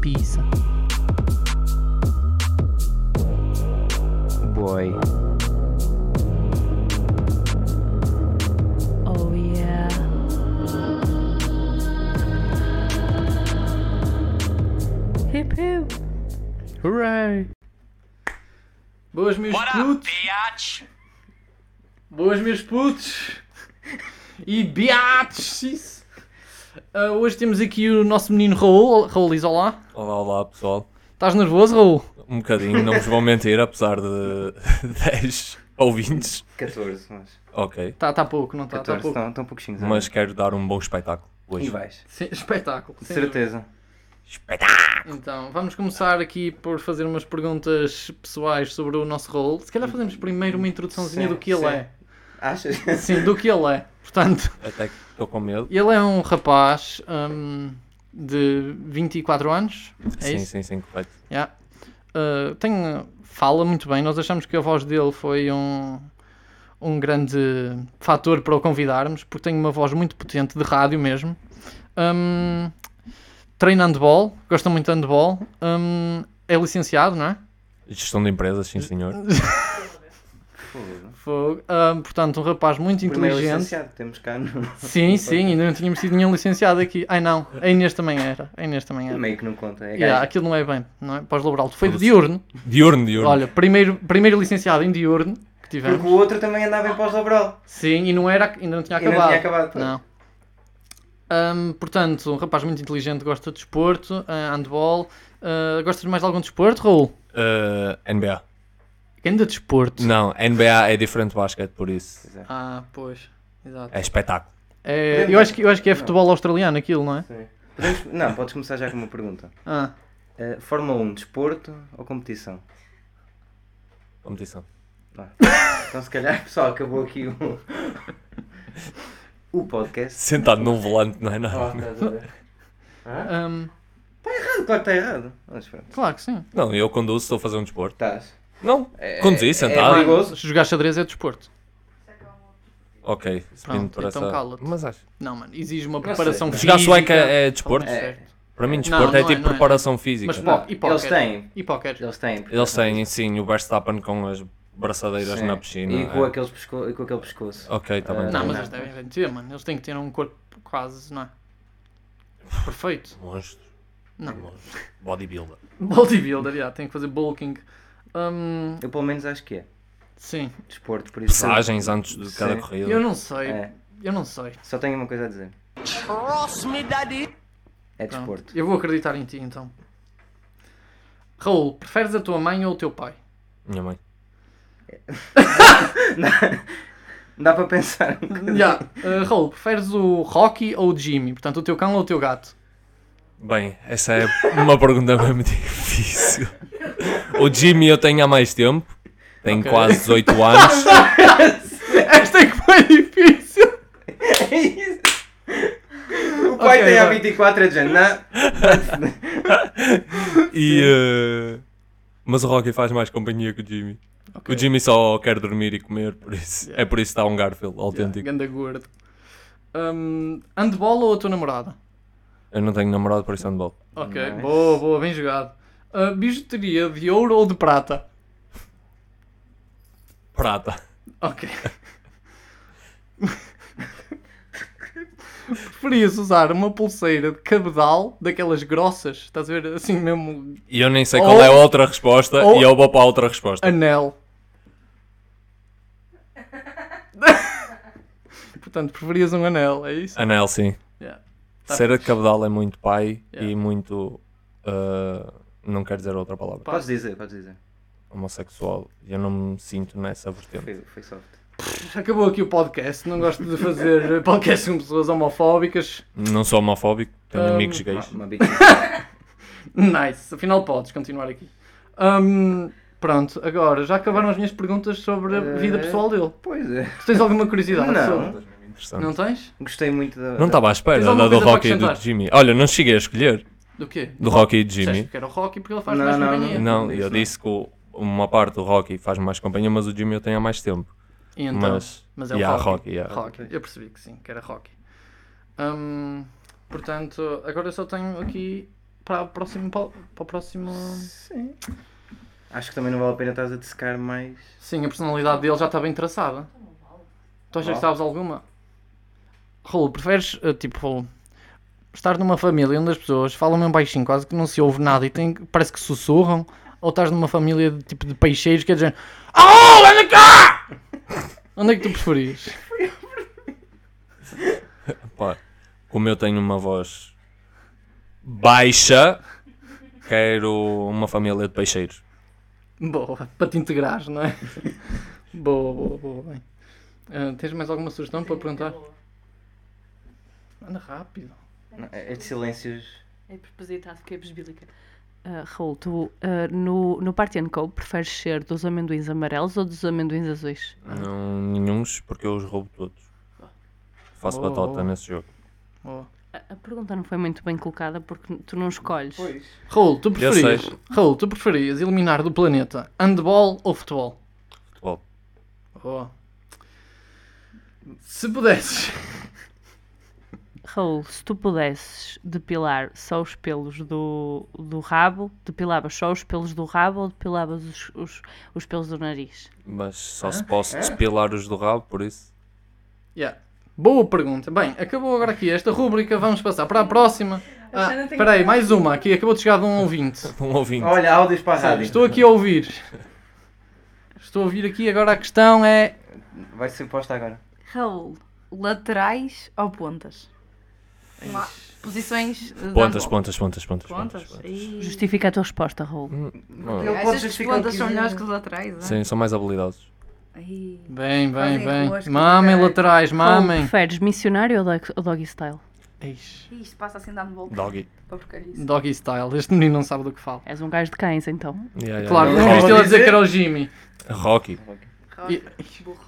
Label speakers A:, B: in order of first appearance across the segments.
A: pizza.
B: Boy.
A: Oh yeah. Hip hip. Hooray.
C: Boas, meus putos.
D: Piatch!
C: Boas, meus putos. E biatches. Ah, hoje temos aqui o nosso menino Raul. Raul, diz olá.
E: Olá, olá pessoal.
C: Estás nervoso, Raul?
E: Um bocadinho, não vos vou mentir, apesar de 10 ouvintes.
B: 14, mas.
E: Ok,
C: Está tá pouco, não está? Tá
B: 14,
C: pouco.
B: estão tão pouquinhos. ainda.
E: mas quero dar um bom espetáculo
B: E
E: hoje.
B: vais.
C: Sim, espetáculo.
B: De
C: sem
B: certeza.
C: dúvida. Então, vamos começar aqui por fazer umas perguntas pessoais sobre o nosso Raul. Se calhar fazemos primeiro uma introduçãozinha
B: Hum. Sim,
C: do que ele
B: sim.
C: é.
B: Achas?
C: Sim, do que ele é. Portanto,
E: Até que estou com medo.
C: ele é um rapaz hum, de 24 anos. É
E: sim,
C: isso?
E: sim, sim, correto.
C: Yeah. Uh, tem- fala muito bem. Nós achamos que a voz dele foi um, um grande fator para o convidarmos, porque tem uma voz muito potente, de rádio mesmo. Um, treina handball, gosta muito de handball. Um, é licenciado, não é?
E: Gestão de empresas, sim senhor.
B: Fogo.
C: Fogo. Um, portanto, um rapaz muito
B: Primeiro é
C: inteligente.
B: licenciado, temos cá no.
C: Sim, sim, ainda não tínhamos sido nenhum licenciado aqui. Ai não, a Inês também era. A Inês também era.
B: Meio que não conta. É
C: Yeah,
B: gajo.
C: aquilo não é bem, não é? Pós-laboral. Foi de diurno.
E: Diurno, diurno.
C: Olha, primeiro, primeiro licenciado em diurno que tivemos.
B: Porque o outro também andava em pós-laboral.
C: Sim, e não era, ainda não tinha
B: E não
C: acabado.
B: tinha acabado, pois.
C: Não. Hum, portanto, um rapaz muito inteligente, gosta de desporto, ah, handball. Ah, gostas de mais algum desporto, Raul?
E: Eh, NBA.
C: Ainda desporto.
E: Não, NBA é diferente do basquete, por isso
C: Ah, pois. Exato.
E: é espetáculo.
C: É, eu, acho que, eu acho que é futebol australiano aquilo, não é?
B: Sim. Podemos- Não, podes começar já com uma pergunta.
C: Ah,
B: Eh, Fórmula 1, desporto ou competição?
E: Competição.
B: Pá. Então, se calhar, pessoal, acabou aqui o. o podcast.
E: Sentado num volante, não é
B: Oh,
E: nada.
C: Ah.
B: estás a ver?
C: hum,
B: Claro que está errado. Mas pronto.
C: claro que sim.
E: Não, eu conduzo, estou a fazer um desporto.
B: Estás.
E: Não, conduzi,
B: É
E: sentado.
B: perigoso.
C: Se jogar xadrez é desporto.
E: ok, subindo
C: Pronto,
E: para
C: então
E: essa-
C: cala-te.
E: Mas acho.
C: Não, mano, exige uma preparação física.
E: Jogar sueca é desporto?
C: Não,
B: É.
E: Para mim,
C: Não,
E: desporto é
C: não é,
E: tipo
C: não é.
E: preparação física.
C: Mas
B: Não,
C: E póquer?
B: eles têm.
C: E póquer?
B: Eles têm.
E: Eles têm sim o Verstappen com as braçadeiras
B: Sim.
E: na piscina.
B: E com,
E: é.
B: aqueles pesco- e com aquele pescoço.
E: Ok, tá bem.
B: Ah,
C: Não, mas
B: não.
C: eles devem ter, mano. Eles têm que ter um corpo quase, não é? Perfeito.
E: Monstro.
C: Não.
E: Monstro. Bodybuilder.
C: Bodybuilder, já, tem que fazer bulking.
E: Oh.
C: Hum,
B: Eu, pelo menos, acho que é.
C: sim,
B: Desporto, por isso.
E: Pesagens antes de cada
B: Sim.
E: corrida.
C: eu não sei,
B: É.
C: eu não sei.
B: Só tenho uma coisa a dizer.
D: Trust me, daddy!
B: É
C: Pronto,
B: desporto.
C: eu vou acreditar em ti então. Raul, preferes a tua mãe ou o teu pai?
E: Minha mãe.
B: Dá para pensar um bocadinho.
C: Já. Uh, Raul, preferes o Rocky ou o Jimmy? Portanto, o teu cão ou o teu gato?
E: Bem, essa é uma pergunta mesmo difícil. O Jimmy eu tenho há mais tempo. Tenho
C: Ok.
E: quase 18 anos.
C: Esta é que foi difícil!
B: É isso. O pai
C: Ok,
B: tem a
C: vai.
B: 24 anos. é Não.
E: e, eh, Mas o Rocky faz mais companhia que o Jimmy.
C: Ok.
E: O Jimmy só quer dormir e comer, por isso. É por isso que está um Garfield autêntico.
C: Ganda gordo. Um, handball ou a tua namorada?
E: Eu não tenho namorado, por isso ando bom.
C: Ok,
B: Nice.
C: boa, boa, bem jogado. Uh, bijuteria de ouro ou de prata?
E: Prata.
C: Ok. Preferias usar uma pulseira de cabedal daquelas grossas, estás a ver assim mesmo
E: E eu nem sei
C: Ou-
E: qual é a outra resposta
C: ou-
E: e eu vou para a outra resposta.
C: anel. Portanto, preferias um anel, é isso?
E: Anel, sim.
C: Yeah. Tá
E: Cera de cabedal é muito pai
C: Yeah.
E: e muito. ah, não quero dizer outra palavra.
C: Pá.
B: Podes dizer, podes dizer.
E: Homossexual. Eu não me sinto nessa vertente.
B: Foi, foi soft.
C: Acabou aqui o podcast, não gosto de fazer podcast com pessoas homofóbicas.
E: Não sou homofóbico, tenho
C: Um,
E: amigos
B: Uma,
E: gays.
B: uma bica.
C: Nice, afinal podes continuar aqui. Hum, pronto, agora já acabaram as minhas perguntas sobre a vida
B: Eh,
C: pessoal dele.
B: Pois é.
C: Tu tens alguma curiosidade
B: Não.
C: sobre?
E: Interessante.
C: Não tens?
B: Gostei muito da.
E: Não estava à espera
C: Tens
E: da
C: alguma
E: do
C: coisa para
E: Rocky e do
C: acrescentar?
E: Jimmy. Olha, não cheguei a escolher
C: Do quê?
E: do Rocky e do
C: Disseste
E: Jimmy.
C: que era o Rocky porque ele faz
B: Não,
C: mais
B: não,
C: companhia.
B: não.
E: Não,
B: Isso
E: eu disse que o- uma parte do Rocky faz mais companhia, mas o Jimmy eu tenho há mais tempo.
C: E então,
E: Mas.
C: mas é o
E: yeah,
C: Rocky.
E: Rocky, yeah.
C: Rocky. Eu percebi que sim, que era Rocky. Hum, portanto, agora eu só tenho aqui para o próximo. Para, o próximo...
B: Sim. Acho que também não vale a pena estás a dissecar mais.
C: Sim, a personalidade dele já está bem traçada. Tu achas que
B: Ó.
C: sabes alguma? Raul, preferes, eh, tipo, Raul, estar numa família onde as pessoas falam mesmo baixinho, quase que não se ouve nada e tem, parece que sussurram? Ou estás numa família de, tipo de peixeiros que é dizer Oh, anda cá! onde é que tu preferis?
E: Pá, como eu tenho uma voz baixa, quero uma família de peixeiros.
C: Boa, para te integrares, não é? boa, boa, boa. Bem. Eh, tens mais alguma sugestão para perguntar? Anda rápido.
B: Não, Estes silêncios.
A: É propositado, fiquei besbílica. Ah, Raul, tu ah, no, no Party and Co preferes ser dos amendoins amarelos ou dos amendoins azuis?
E: Não nenhuns, porque eu os roubo todos. Faço
C: Boa,
E: batota
C: boa.
E: nesse jogo.
C: Boa.
A: A, a pergunta não foi muito bem colocada porque tu não escolhes.
C: Raul, tu
E: Eu
C: preferias,
E: sei.
C: Raul, tu preferias eliminar do planeta handball ou futebol?
E: Futebol.
C: Oh. Se pudesses.
A: Raul, se tu pudesses depilar só os pelos do, do rabo, depilavas só os pelos do rabo ou depilavas os, os, os pelos do nariz?
E: Mas só se posso
C: É?
E: despilar os do rabo, por isso.
C: Yeah. Boa pergunta. Bem, acabou agora aqui esta rúbrica. Vamos passar para a próxima. Ah,
F: Sandra tem
C: Espera aí, mais uma. Aqui acabou de chegar de um ouvinte.
E: Um ouvinte.
B: Olha, áudios para a
C: Sabe,
B: rádio.
C: Estou aqui a ouvir. Estou a ouvir aqui. Agora a questão é.
B: Vai ser posta agora.
F: Raul, laterais ou pontas? Lá, Posições. de
E: Pontas, pontas,
F: handball.
E: pontas, pontas, pontas.
F: Pontas? Ih.
A: Justifica a tua resposta, Raul.
E: Não,
B: Ele pode
F: Achas que as
B: justificar o
F: pontas
B: que
F: são
B: quiser.
F: melhores que os laterais? é?
E: Sim, são mais habilidosos.
F: Ih.
C: Bem, bem,
F: Fazem ruas
C: bem.
F: com
C: Mamem
F: caralho.
C: laterais,
A: Raul,
C: mamem.
A: preferes missionário ou dog- ou doggy style?
C: Eish,
F: Ih, Isto passa assim dando volta.
E: Doggy.
F: Para porcar isso.
C: Doggy style. Este menino não sabe do que fala.
A: És um gajo de cães, então.
E: Yeah, yeah,
C: Claro, não
E: yeah.
C: viste ele a dizer que era o Jimmy.
E: Rocky. Rocky.
F: Rock, burro.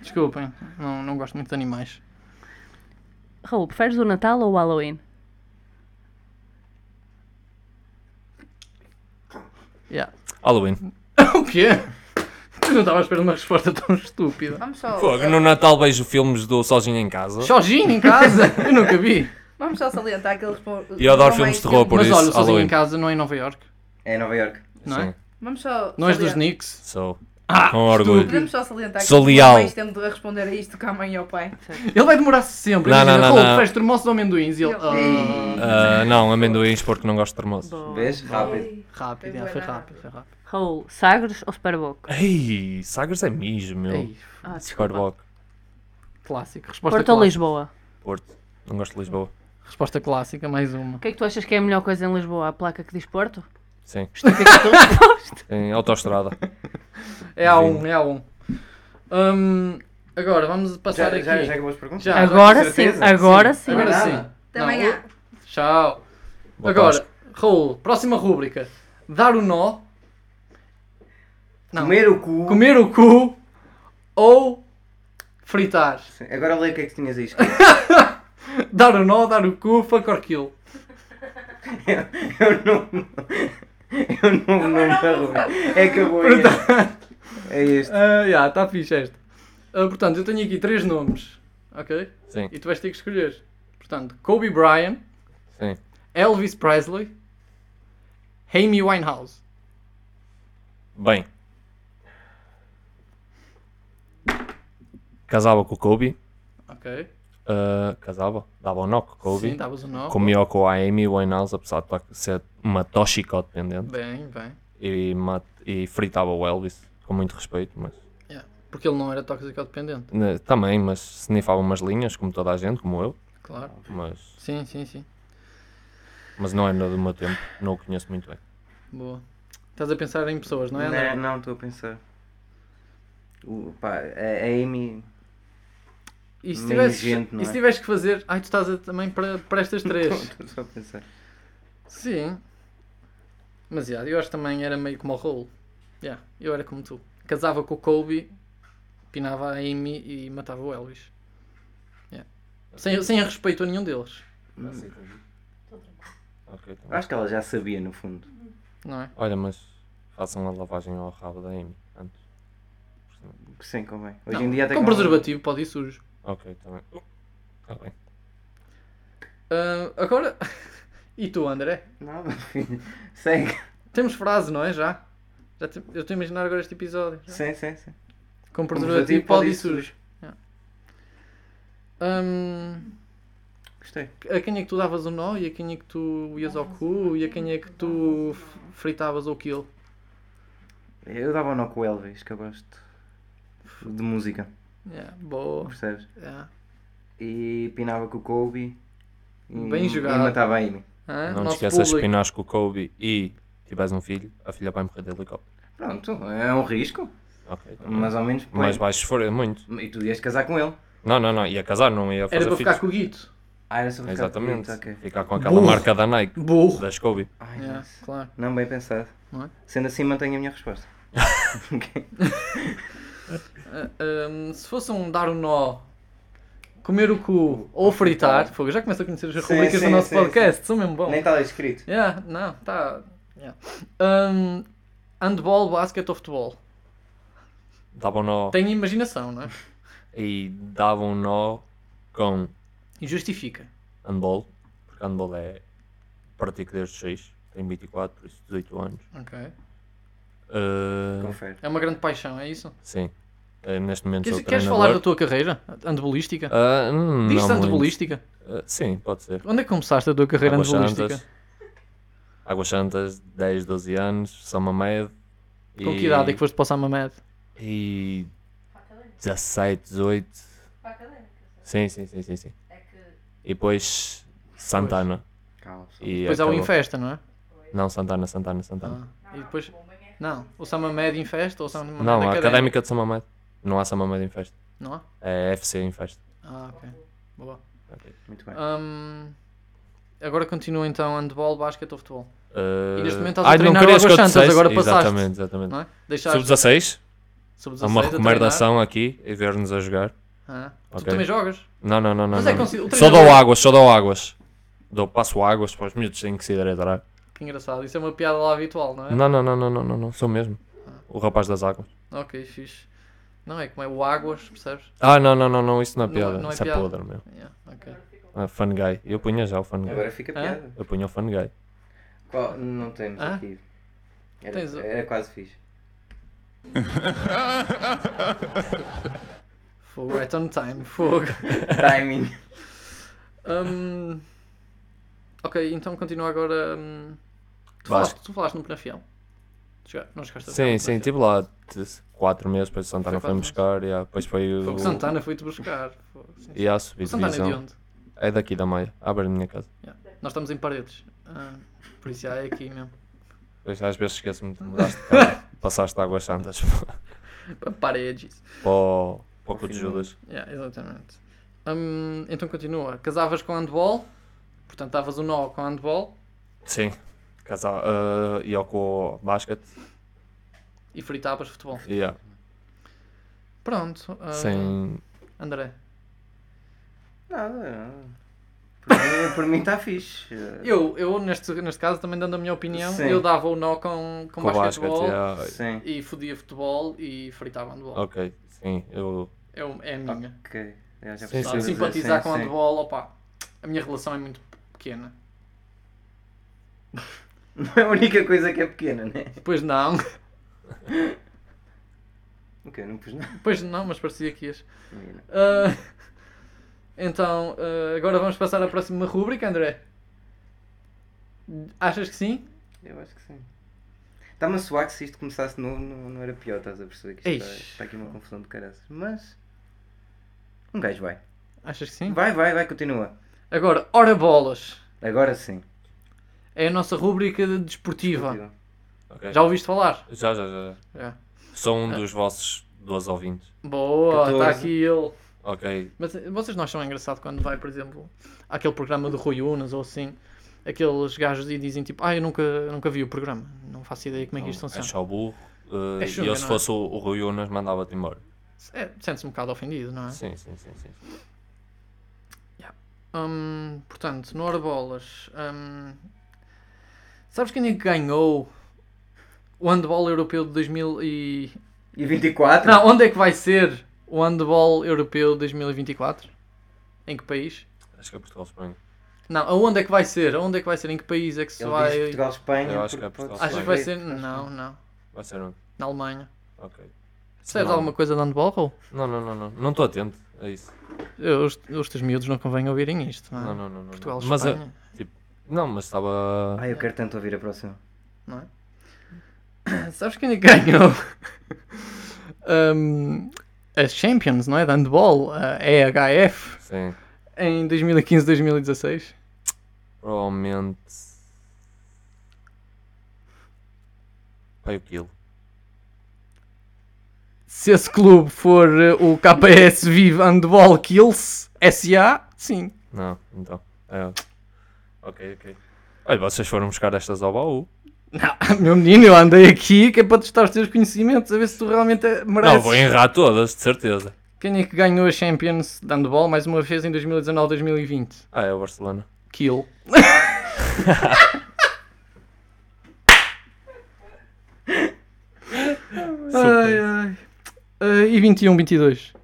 C: Desculpem, não, não gosto muito de animais.
A: Raul, preferes o Natal ou o Halloween?
C: Yeah.
E: Halloween.
C: O quê? Eu não estava à espera de uma resposta tão estúpida.
F: Vamos só,
E: Fogo, no Natal vejo filmes do Sozinho em Casa.
C: Sozinho Ah. em casa? Eu nunca vi.
F: vamos só salientar aqueles. po-
E: E eu adoro
F: são
E: filmes
F: mais
E: de terror, por
C: Mas
E: isso,
C: olha, o sozinho
E: Halloween.
C: em casa não é em Nova York,
B: É em Nova York.
C: não é?
E: Sim,
F: Vamos só.
C: Não és dos
F: salientar-
C: Knicks?
E: sou.
C: Ah,
E: Com orgulho.
F: Podemos só salientar
E: Sou
F: que
E: leal.
F: mais tempo de responder a isto que a mãe e ao pai.
C: Ele vai demorar sempre.
E: Não,
C: Imagina, Oh,
E: não, não,
C: Pô,
E: não.
C: preferes termoço de amendoins? E ele...
F: Eu-
C: Ah,
E: Ah, não, amendoins, porque não gosto de termoço.
B: Vês? Rápido.
C: rápido,
F: Foi
C: é, foi
F: bué, não é?
C: rápido, foi rápido.
A: Raul, Sagres ou Superboc?
E: Ei, Sagres é mijo, meu.
C: Ei,
A: Ah, desculpa.
E: Superboc,
C: clássico. Resposta
A: Porto ou
C: clássica.
A: Lisboa?
E: Porto. Não gosto de Lisboa.
C: Resposta clássica, mais uma.
A: O que é que tu achas que é a melhor coisa em Lisboa? A placa que diz Porto?
E: Sim,
A: Justifica a tua resposta.
E: em autoestrada.
C: É a um, é a um. Hum, agora, vamos
B: Já,
C: passar aqui.
B: já, já acabou as perguntas?
C: Já. Ah,
A: Agora
B: com
A: sim,
B: certeza.
A: agora sim.
C: Agora
B: Não é
C: sim.
B: nada.
F: Também
C: Não,
F: há.
C: Tchau.
E: Boa
C: Agora,
E: Páscoa.
C: Raul, próxima rúbrica. Dar o nó. Não.
B: Comer o cu.
C: Comer o cu ou fritar.
B: Sim, Agora lê o que é que tinhas aí. escrito.
C: Dar o nó, dar o cu, fuck or kill.
B: Eu não. Eu não me lembro. É que eu vou. É este.
C: Ah, já, está fixe esta. Ah, portanto, eu tenho aqui três nomes, ok?
E: Sim,
C: E tu vais ter que escolher. Portanto, Kobe Bryant,
E: sim.
C: Elvis Presley, Amy Winehouse.
E: Bem. Casava com o Kobe.
C: Ok?
E: ah, casava. Dava o knock com o
C: Sim,
E: Kobe.
C: davas o nó.
E: Comia com a Amy Winehouse, apesar de to- ser uma toxicodependente.
C: Bem, bem.
E: E, mat- e fritava o Elvis. Com muito respeito, mas...
C: Yeah. Porque ele não era toxicodependente,
E: né, Também, mas snifava umas linhas, como toda a gente, como eu.
C: claro.
E: Mas,
C: Sim, sim, sim.
E: mas não é nada do meu tempo. Não o conheço muito bem.
C: Boa. Estás a pensar em pessoas, não é?
B: Não, não, estou a pensar. O, pá, a a Amy.
C: E se
B: Meio
C: tivesses,
B: gente, não
C: e se
B: é?
C: tivesses que fazer. Ai, tu estás a- também para, para estas três.
B: Estou só a pensar.
C: Sim. Mas yeah, eu acho que também era meio como o Raul. Yeah, eu era como tu. Casava com o Kobe, pinava a Amy e matava o Elvis. Yeah. Sem, sem respeito a nenhum deles,
E: Hum. Ok, tá bom.
B: Acho que ela já sabia, no fundo.
C: não é?
E: Olha, mas façam a lavagem ao rabo da Amy antes.
B: Sim, convém. é. Hoje
C: Não,
B: em dia até.
C: Com
B: convém.
C: preservativo, pode ir sujo.
E: Uh, tá Ok, também. Tá bem.
C: Ah, agora, E tu, André?
B: Nada, filho. Segue.
C: Temos frase, não é? Já? Já te- Eu estou a imaginar agora este episódio. Já.
B: Sim, sim, sim.
C: Com
B: preservativo
C: preservativo pode e
B: pode e
C: sujo. Já. Hum,
B: Gostei.
C: a quem é que tu davas o nó e a quem é que tu ias ao cu e a quem é que tu f- fritavas o kill?
B: Eu dava o nó com o Elvis, que eu gosto de música,
C: Yeah, boa.
B: percebes?
C: Yeah.
B: E pinava com o Kobe e,
C: Bem jogado.
B: e matava a Amy.
C: Hã?
E: Não te
C: Ah, Nosso
E: esqueças de
C: público.
E: pinar com o Kobe e tiveres um filho, a filha vai morrer de helicóptero.
B: Pronto, é um risco,
E: Ok. tá
B: mas ao menos
E: Mais
B: põe.
E: baixo for, é muito.
B: E tu ias casar com ele.
E: Não, não, não. Ia casar, não ia
C: Era
E: fazer
C: para ficar
E: filhos.
C: com o Guito.
B: Ah, era sobre ficar
E: Exatamente.
B: bonito, ok.
E: Ficar com aquela
C: Burro.
E: marca da Nike,
C: Burro.
E: das Kobe.
B: Ai,
C: Yeah,
B: nossa.
C: claro.
B: Não, bem pensado.
C: Não é?
B: Sendo assim, mantenho a minha resposta. Ok.
C: Ah, hum, se fosse um dar um nó, comer o cu ou fritar, fogo, já começo a conhecer as
B: Sim,
C: rubricas
B: sim,
C: do nosso
B: sim,
C: podcast, são mesmo bons.
B: Nem está lá escrito.
C: Yeah, não, tá. Yeah. Hum, handball, basquete ou futebol?
E: Dava um nó
C: Tem imaginação, não é?
E: e dava um nó com
C: E justifica.
E: handball, porque handball é pratico desde 6, tenho 24, por isso 18 anos.
C: Ok.
E: Ah,
B: Confere.
C: É uma grande paixão, é isso?
E: sim, Ah, neste momento
C: Queres,
E: sou
C: queres falar da
E: treinador.
C: tua carreira handbolística?
E: Ah, hum,
C: Diz-se
E: não muito.
C: handbolística.
E: Ah, sim, pode ser.
C: Onde é que começaste a tua carreira
E: Águas
C: handbolística?
E: Santas. Águas Santas, 10, 12 anos, São Mamed.
C: Com que idade é que foste passar Mamed?
E: E 17, 18. Sim, sim, sim, sim. sim. E depois Santana.
B: Calma. só.
E: E
C: Depois há o
E: acabou.
C: Infesta, não é?
E: Não, Santana, Santana, Santana.
C: Ah, e depois. Não, o Samamed em festa ou o Samamed
E: não, a
C: académico?
E: Académica de São Mamed. Não há São Mamed em festa.
C: Não há?
E: É FC em festa.
C: Ah, ok. Boa.
E: Ok.
B: Muito bem.
C: Hum, agora continua então handball, basquete ou futebol?
E: Uh,
C: E neste momento estás a
E: ai, não
C: treinar Águas
E: querias que eu te
C: Santas,
E: dissesse?
C: agora passaste.
E: Exatamente, exatamente.
C: Não é? Deixaste
E: Sub-16,
C: sub-16
E: uma
C: a treinar.
E: recomendação aqui e ver-nos a jogar.
C: Ah, Tu
E: Ok.
C: também jogas?
E: Não, não, não, não.
C: Mas é
E: não.
C: consider- o
E: Só dou
C: treinador-
E: águas, só dou águas. Dou passo águas para os miúdos têm que se hidratar.
C: Que engraçado, isso é uma piada lá habitual, não é?
E: Não, não, não, não, não, não, não, sou mesmo. O rapaz das águas.
C: Ok, fixe. Não é como é o Águas, percebes?
E: Ah, não, não, não, não, isso não é
C: Não-
E: piada.
C: não é
E: isso é
C: piada.
E: podre, meu.
C: Yeah, ok.
E: Ah, fun guy. Eu punha já o fun guy.
B: Agora fica
C: Hã?
B: piada.
E: Eu punha o fun guy.
B: Qual- Não temos
C: Hã?
B: aqui. Era,
C: Ah? Tens o-
B: era quase fixe.
C: Fogo, right on time, fogo.
B: Timing.
C: Hum, ok, então continua agora. hum, tu,
E: Vasco.
C: falaste, tu falaste no Penafiel. Joga- Não jogaste a jogar no
E: Sim, tipo, sim,
C: Penafiel.
E: estive lá t- quatro meses, depois o Santana
C: Foi
E: foi-me
C: quatro
E: buscar, e ah, depois foi
C: Fogo,
E: o.
C: Santana foi-te buscar. fogo, sim, sim.
E: E a subir
C: Santana é de
E: divisão.
C: onde?
E: É daqui da Maia, abre a minha casa.
C: Nós estamos em paredes. Ah, por isso já é aqui mesmo.
E: Depois, às vezes esqueço-me de mudaste de casa. Passaste águas santas para
C: Pa- Paredes.
E: o. para o cu de Judas.
C: Yeah, exatamente. Hum, então continua. Casavas com handball, portanto davas o nó com handball
E: Sim. Casal, ah, ia com o basquete.
C: e fritavas futebol.
E: Yeah.
C: Pronto. hum,
E: Sem.
C: André.
B: Nada, não. Por mim- Por mim está fixe.
C: Eu, eu neste, neste caso, também dando a minha opinião,
B: Sim.
C: eu dava o nó com, com,
E: Com o basquete.
C: basquetebol
E: yeah.
B: Sim.
C: e fodia futebol e fritava handball.
E: Ok, sim. Eu.
C: É, o- é a minha.
B: Ok. Eu
C: Só
E: Sim,
B: já
E: sim.
B: percebi.
C: Simpatizar com
B: Sim, sim.
C: handball, opá, a minha relação é muito pequena.
B: Não é a única coisa que é pequena, né?
C: Pois não,
B: Ok, não pus nada.
C: pois não, mas parecia que ias. Ah, então, ah, agora vamos passar à próxima rúbrica, André. Achas que sim?
B: Eu acho que sim. Está-me a suar que se isto começasse de novo não, não era pior, estás a perceber que isto
C: Eish.
B: está, está aqui uma confusão de caraças. Mas. Um gajo vai.
C: Achas que sim?
B: Vai, vai, vai, continua.
C: Agora, ora bolas.
B: Agora sim.
C: É a nossa rúbrica de desportiva.
B: Continua.
E: ok.
C: Já Ah. ouviste falar?
E: Já, já, já.
C: Já.
E: Sou um dos vossos 12 ouvintes.
C: Boa, está
B: 14.
C: aqui ele.
E: Ok.
C: Mas eh, vocês não acham engraçado quando vai, por exemplo, àquele programa do Rui Unas ou assim, aqueles gajos e dizem tipo, ah, eu nunca, eu nunca vi o programa, não faço ideia como é que isto
E: É
C: funciona.
E: só burro. eh,
C: É
E: e
C: chunga,
E: eu, se
C: não é?
E: fosse o, o Rui Unas, mandava-te embora.
C: É, Sente-se um bocado ofendido, não é?
E: Sim, sim, sim. sim.
C: Hum, portanto, no Arbolas, hum, sabes quem é que ganhou o handball europeu de 2000 e...
B: E 24?
C: Não, onde é que vai ser o handball europeu de 2024? Em que país?
E: Acho que é Portugal Espanha.
C: Não, aonde é que vai ser? Aonde é que vai ser? Em que país é que se
B: Ele
C: vai.
B: diz Portugal-Espanha.
E: Eu acho que é
B: porque pode
E: Portugal-Espanha.
C: Achas que vai ser? Não, não.
E: Vai ser um.
C: Na Alemanha.
E: Ok.
C: Percebes
E: Não.
C: alguma coisa de handball, Raul?
E: Não, não, não, não. Não estou atento a isso.
C: Eu- Os, os teus miúdos não convém ouvirem isto, não é?
E: Não, não, não. não.
C: Portugal,
E: mas,
C: Espanha.
E: eu- não, mas estava.
B: Ai, eu quero tanto ouvir a próxima.
C: Sabes quem é que ganhou? Um, as Champions, não é? De handball, a EHF,
E: Sim.
C: em 2015-2016.
E: Provavelmente. Pai, o quilo.
C: Se esse clube for eh, o KPS Vive Handball Kills SA, sim.
E: Não, então. É. Ok, ok. Olha, vocês foram buscar estas ao baú.
C: Meu menino, eu andei aqui que é para testar os teus conhecimentos, a ver se tu realmente eh, mereces.
E: Não, vou errar todas, de certeza.
C: Quem é que ganhou a Champions de handball mais uma vez em 2019-2020?
E: Ah, é o Barcelona.
C: Kill. Ai, ai. Ah, e 21-22.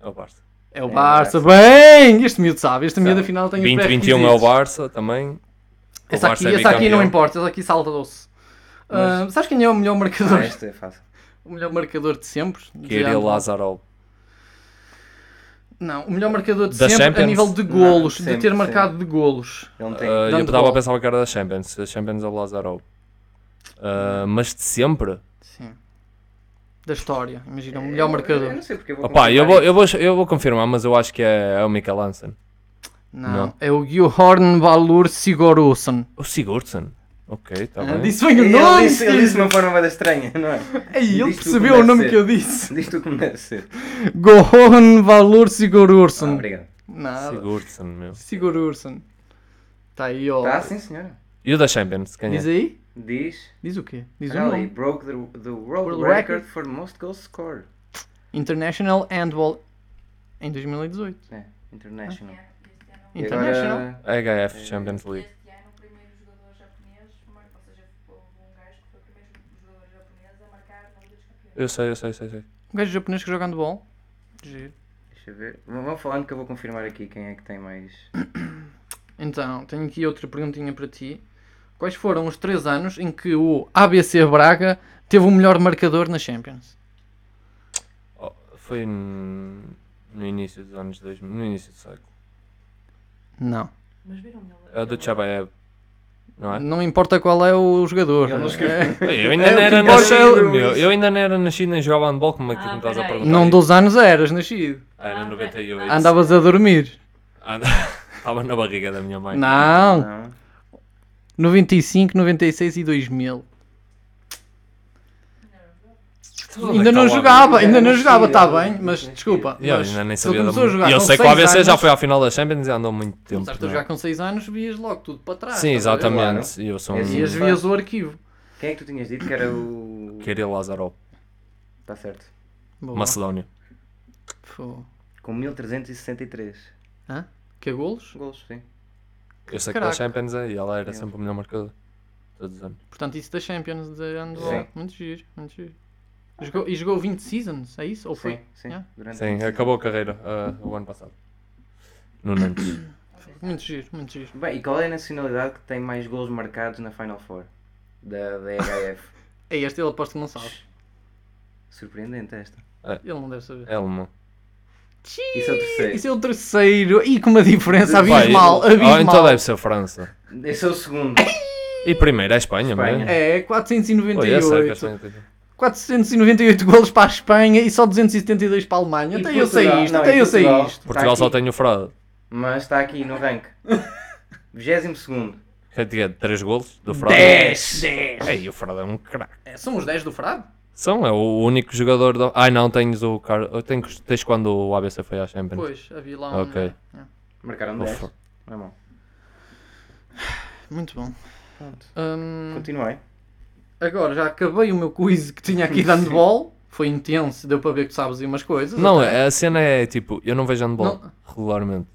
E: É o Barça.
C: É o
B: É,
C: Barça. Bem! Este miúdo sabe. Este miúdo
B: Sabe.
C: afinal tem os
E: 2021 é o
C: pré-requisitos.
E: Barça também. O
C: Essa aqui,
E: Barça é
C: essa aqui
E: bicampeão.
C: não importa. Essa aqui salta-se. Ah, sabes quem é o melhor marcador?
B: Ah, esta é fácil.
C: O melhor marcador de sempre?
E: Kirill
C: Dizendo-
E: Lazarov.
C: Não, o melhor marcador de
E: Da
C: sempre a
E: Champions?
C: nível de
B: Não,
C: golos, de
B: sempre,
C: ter
B: sempre.
C: marcado de golos.
B: Ele não tem.
E: Ah, eu
C: Dando
E: estava a
C: bola.
E: pensar que era da Champions. A Champions é o Lazarov.
C: Hum.
E: Ah, mas de sempre.
C: Sim. Da história. Imagina, É o melhor marcador.
B: É, Eu não sei porque eu vou.
E: Opa, eu
B: confirmar
E: vou, eu, vou, eu vou confirmar, mas eu acho que é, é o Mikael Hansen.
C: Não,
E: Não.
C: é o Gjohorn Valur Sigurðsson.
E: O Sigurdsson. Ok, está
C: Ah,
E: Tá bem.
C: Disse bem o
B: Ele,
C: nome!
B: disse, ele
C: filho.
B: disse de uma forma bem estranha, não é?
C: Ei, ele
B: disse tudo
C: percebeu
B: como
C: o
B: deve
C: nome
B: ser.
C: que eu disse.
B: Diz tu como deve ser.
C: Gjohorn Valur
B: Ah,
C: Sigurðsson.
B: obrigado.
C: Nada.
E: Sigurdsson, meu.
C: Sigurðsson. Está aí, ó.
B: Tá, sim, senhora.
E: E o da Champions, quem é?
C: Diz aí?
B: Diz.
C: Diz o quê? Diz o
B: Olha ali,
C: nome.
B: broke the, the world
C: World record.
B: record, for most goals scored.
C: International Handball em 2018.
B: É, international. E agora-
C: Ah. International?
E: HF Champions League.
G: Este ano, o primeiro jogador japonês, mar- ou seja, houve um gajo que foi o primeiro jogador japonês a marcar na Liga dos Campeões.
E: Eu sei, eu sei, sei. sei.
C: Um gajo japonês que joga handball. Giro.
B: Deixa eu ver. Vão vão falando que eu vou confirmar aqui quem é que tem mais.
C: Então, tenho aqui outra perguntinha para ti. Quais foram os três anos em que o ABC Braga teve o melhor marcador na Champions?
E: Oh, foi no, no início dos anos 2000, no início do século.
C: Não.
F: Mas viram ele?
E: É o do Chabaev, não é?
C: Não importa qual é o jogador.
B: Ele não
C: É.
E: Eu ainda
C: É o
E: não
C: que
E: era
C: importa, é o-
E: nascido, meu. Eu ainda não era nascido nem jogava handball, como é que tu
G: Ah,
E: me estás a
G: peraí.
E: perguntar?
C: Não
E: isso?
C: dos anos eras nascido.
E: Era em 98.
C: Andavas a dormir.
E: Anda- Estava na barriga da minha mãe.
C: Não.
B: Não.
C: 95, 96 e 2000.
E: Onde é que
C: Ainda não
E: está o
C: jogava,
B: Ainda
C: ainda não
B: não
C: jogava,
B: sabia,
C: está
B: não
C: bem,
B: sabia.
C: mas desculpa.
E: Eu
C: mas
E: ainda nem
C: ele
E: sabia da
C: começou a jogar
E: E eu
C: com
E: sei que o
C: seis
E: ABC já
C: anos.
E: foi à final da Champions e andou muito tempo.
C: Começaste a
E: não é?
C: jogar Ah, então é com 6 anos, vias logo tudo para trás.
E: Sim,
C: estás a ver?
E: exatamente. E Eu sou
B: Esse-
C: E as
E: um
B: esse-
C: vias o arquivo.
B: Quem é que tu tinhas dito que era o.
E: Kirill Lazarov,
B: Tá certo.
C: Boa.
E: Macedónio.
C: Fô.
B: Com 1363
C: Hã? Que golos?
B: gols, sim.
E: Eu sei que da
C: Caraca.
E: Champions é, e ela era
B: É.
E: sempre o melhor marcador. Todos os anos.
C: Portanto, isso da Champions de handball.
B: Sim.
C: Muito giro, muito giro. Jogou- e jogou 20 seasons, é isso? Ou foi?
B: Sim, sim.
C: Yeah.
B: Durante
E: Sim,
B: 25.
E: acabou a carreira ah, o ano passado. No Nantes.
C: Muito giro, muito giro.
B: Bem, e qual é a nacionalidade que tem mais gols marcados na Final Four? Da, da HF.
C: É este, ele aposto que não sabe.
B: Surpreendente esta.
C: Ele não deve saber.
E: É alemão.
B: Isso é o terceiro.
C: Isso é o terceiro. Ih, com uma diferença
E: Vai,
C: abismal.
E: oh, então
C: Abismal.
E: deve ser França.
B: Esse é o segundo.
E: E primeiro é Espanha,
B: Espanha.
E: mano.
C: É,
E: Oi, é sério que a
C: 498.
E: Espanha tem-
C: 498 golos para a Espanha e só 272 para a Alemanha.
B: E
C: Até eu sei
B: Portugal?
C: isto,
B: Não,
C: até
B: e
C: eu sei
B: Portugal?
C: isto.
E: Portugal só
B: aqui.
E: tem o Frado.
B: Mas está aqui no rank. 22.
E: Que tinha 3 golos do Frado.
C: 10, 10.
E: Ei, o Frado é um craque.
C: São os 10 do Frado?
E: São, é o único jogador. Da... Ai não, tens o Car... tens, tens quando o ABC foi à Champions.
C: Pois, havia lá um.
E: Ok.
C: É.
B: Marcaram
E: Ufa.
B: 10. Não é bom.
C: Muito bom.
B: Pronto.
C: Hum,
B: Continuei.
C: Agora já acabei o meu quiz que tinha aqui de handball. Foi intenso, deu para ver que sabes aí umas coisas. Então,
E: Não,
C: até.
E: a cena é tipo, eu não vejo handball
C: Não.
E: regularmente.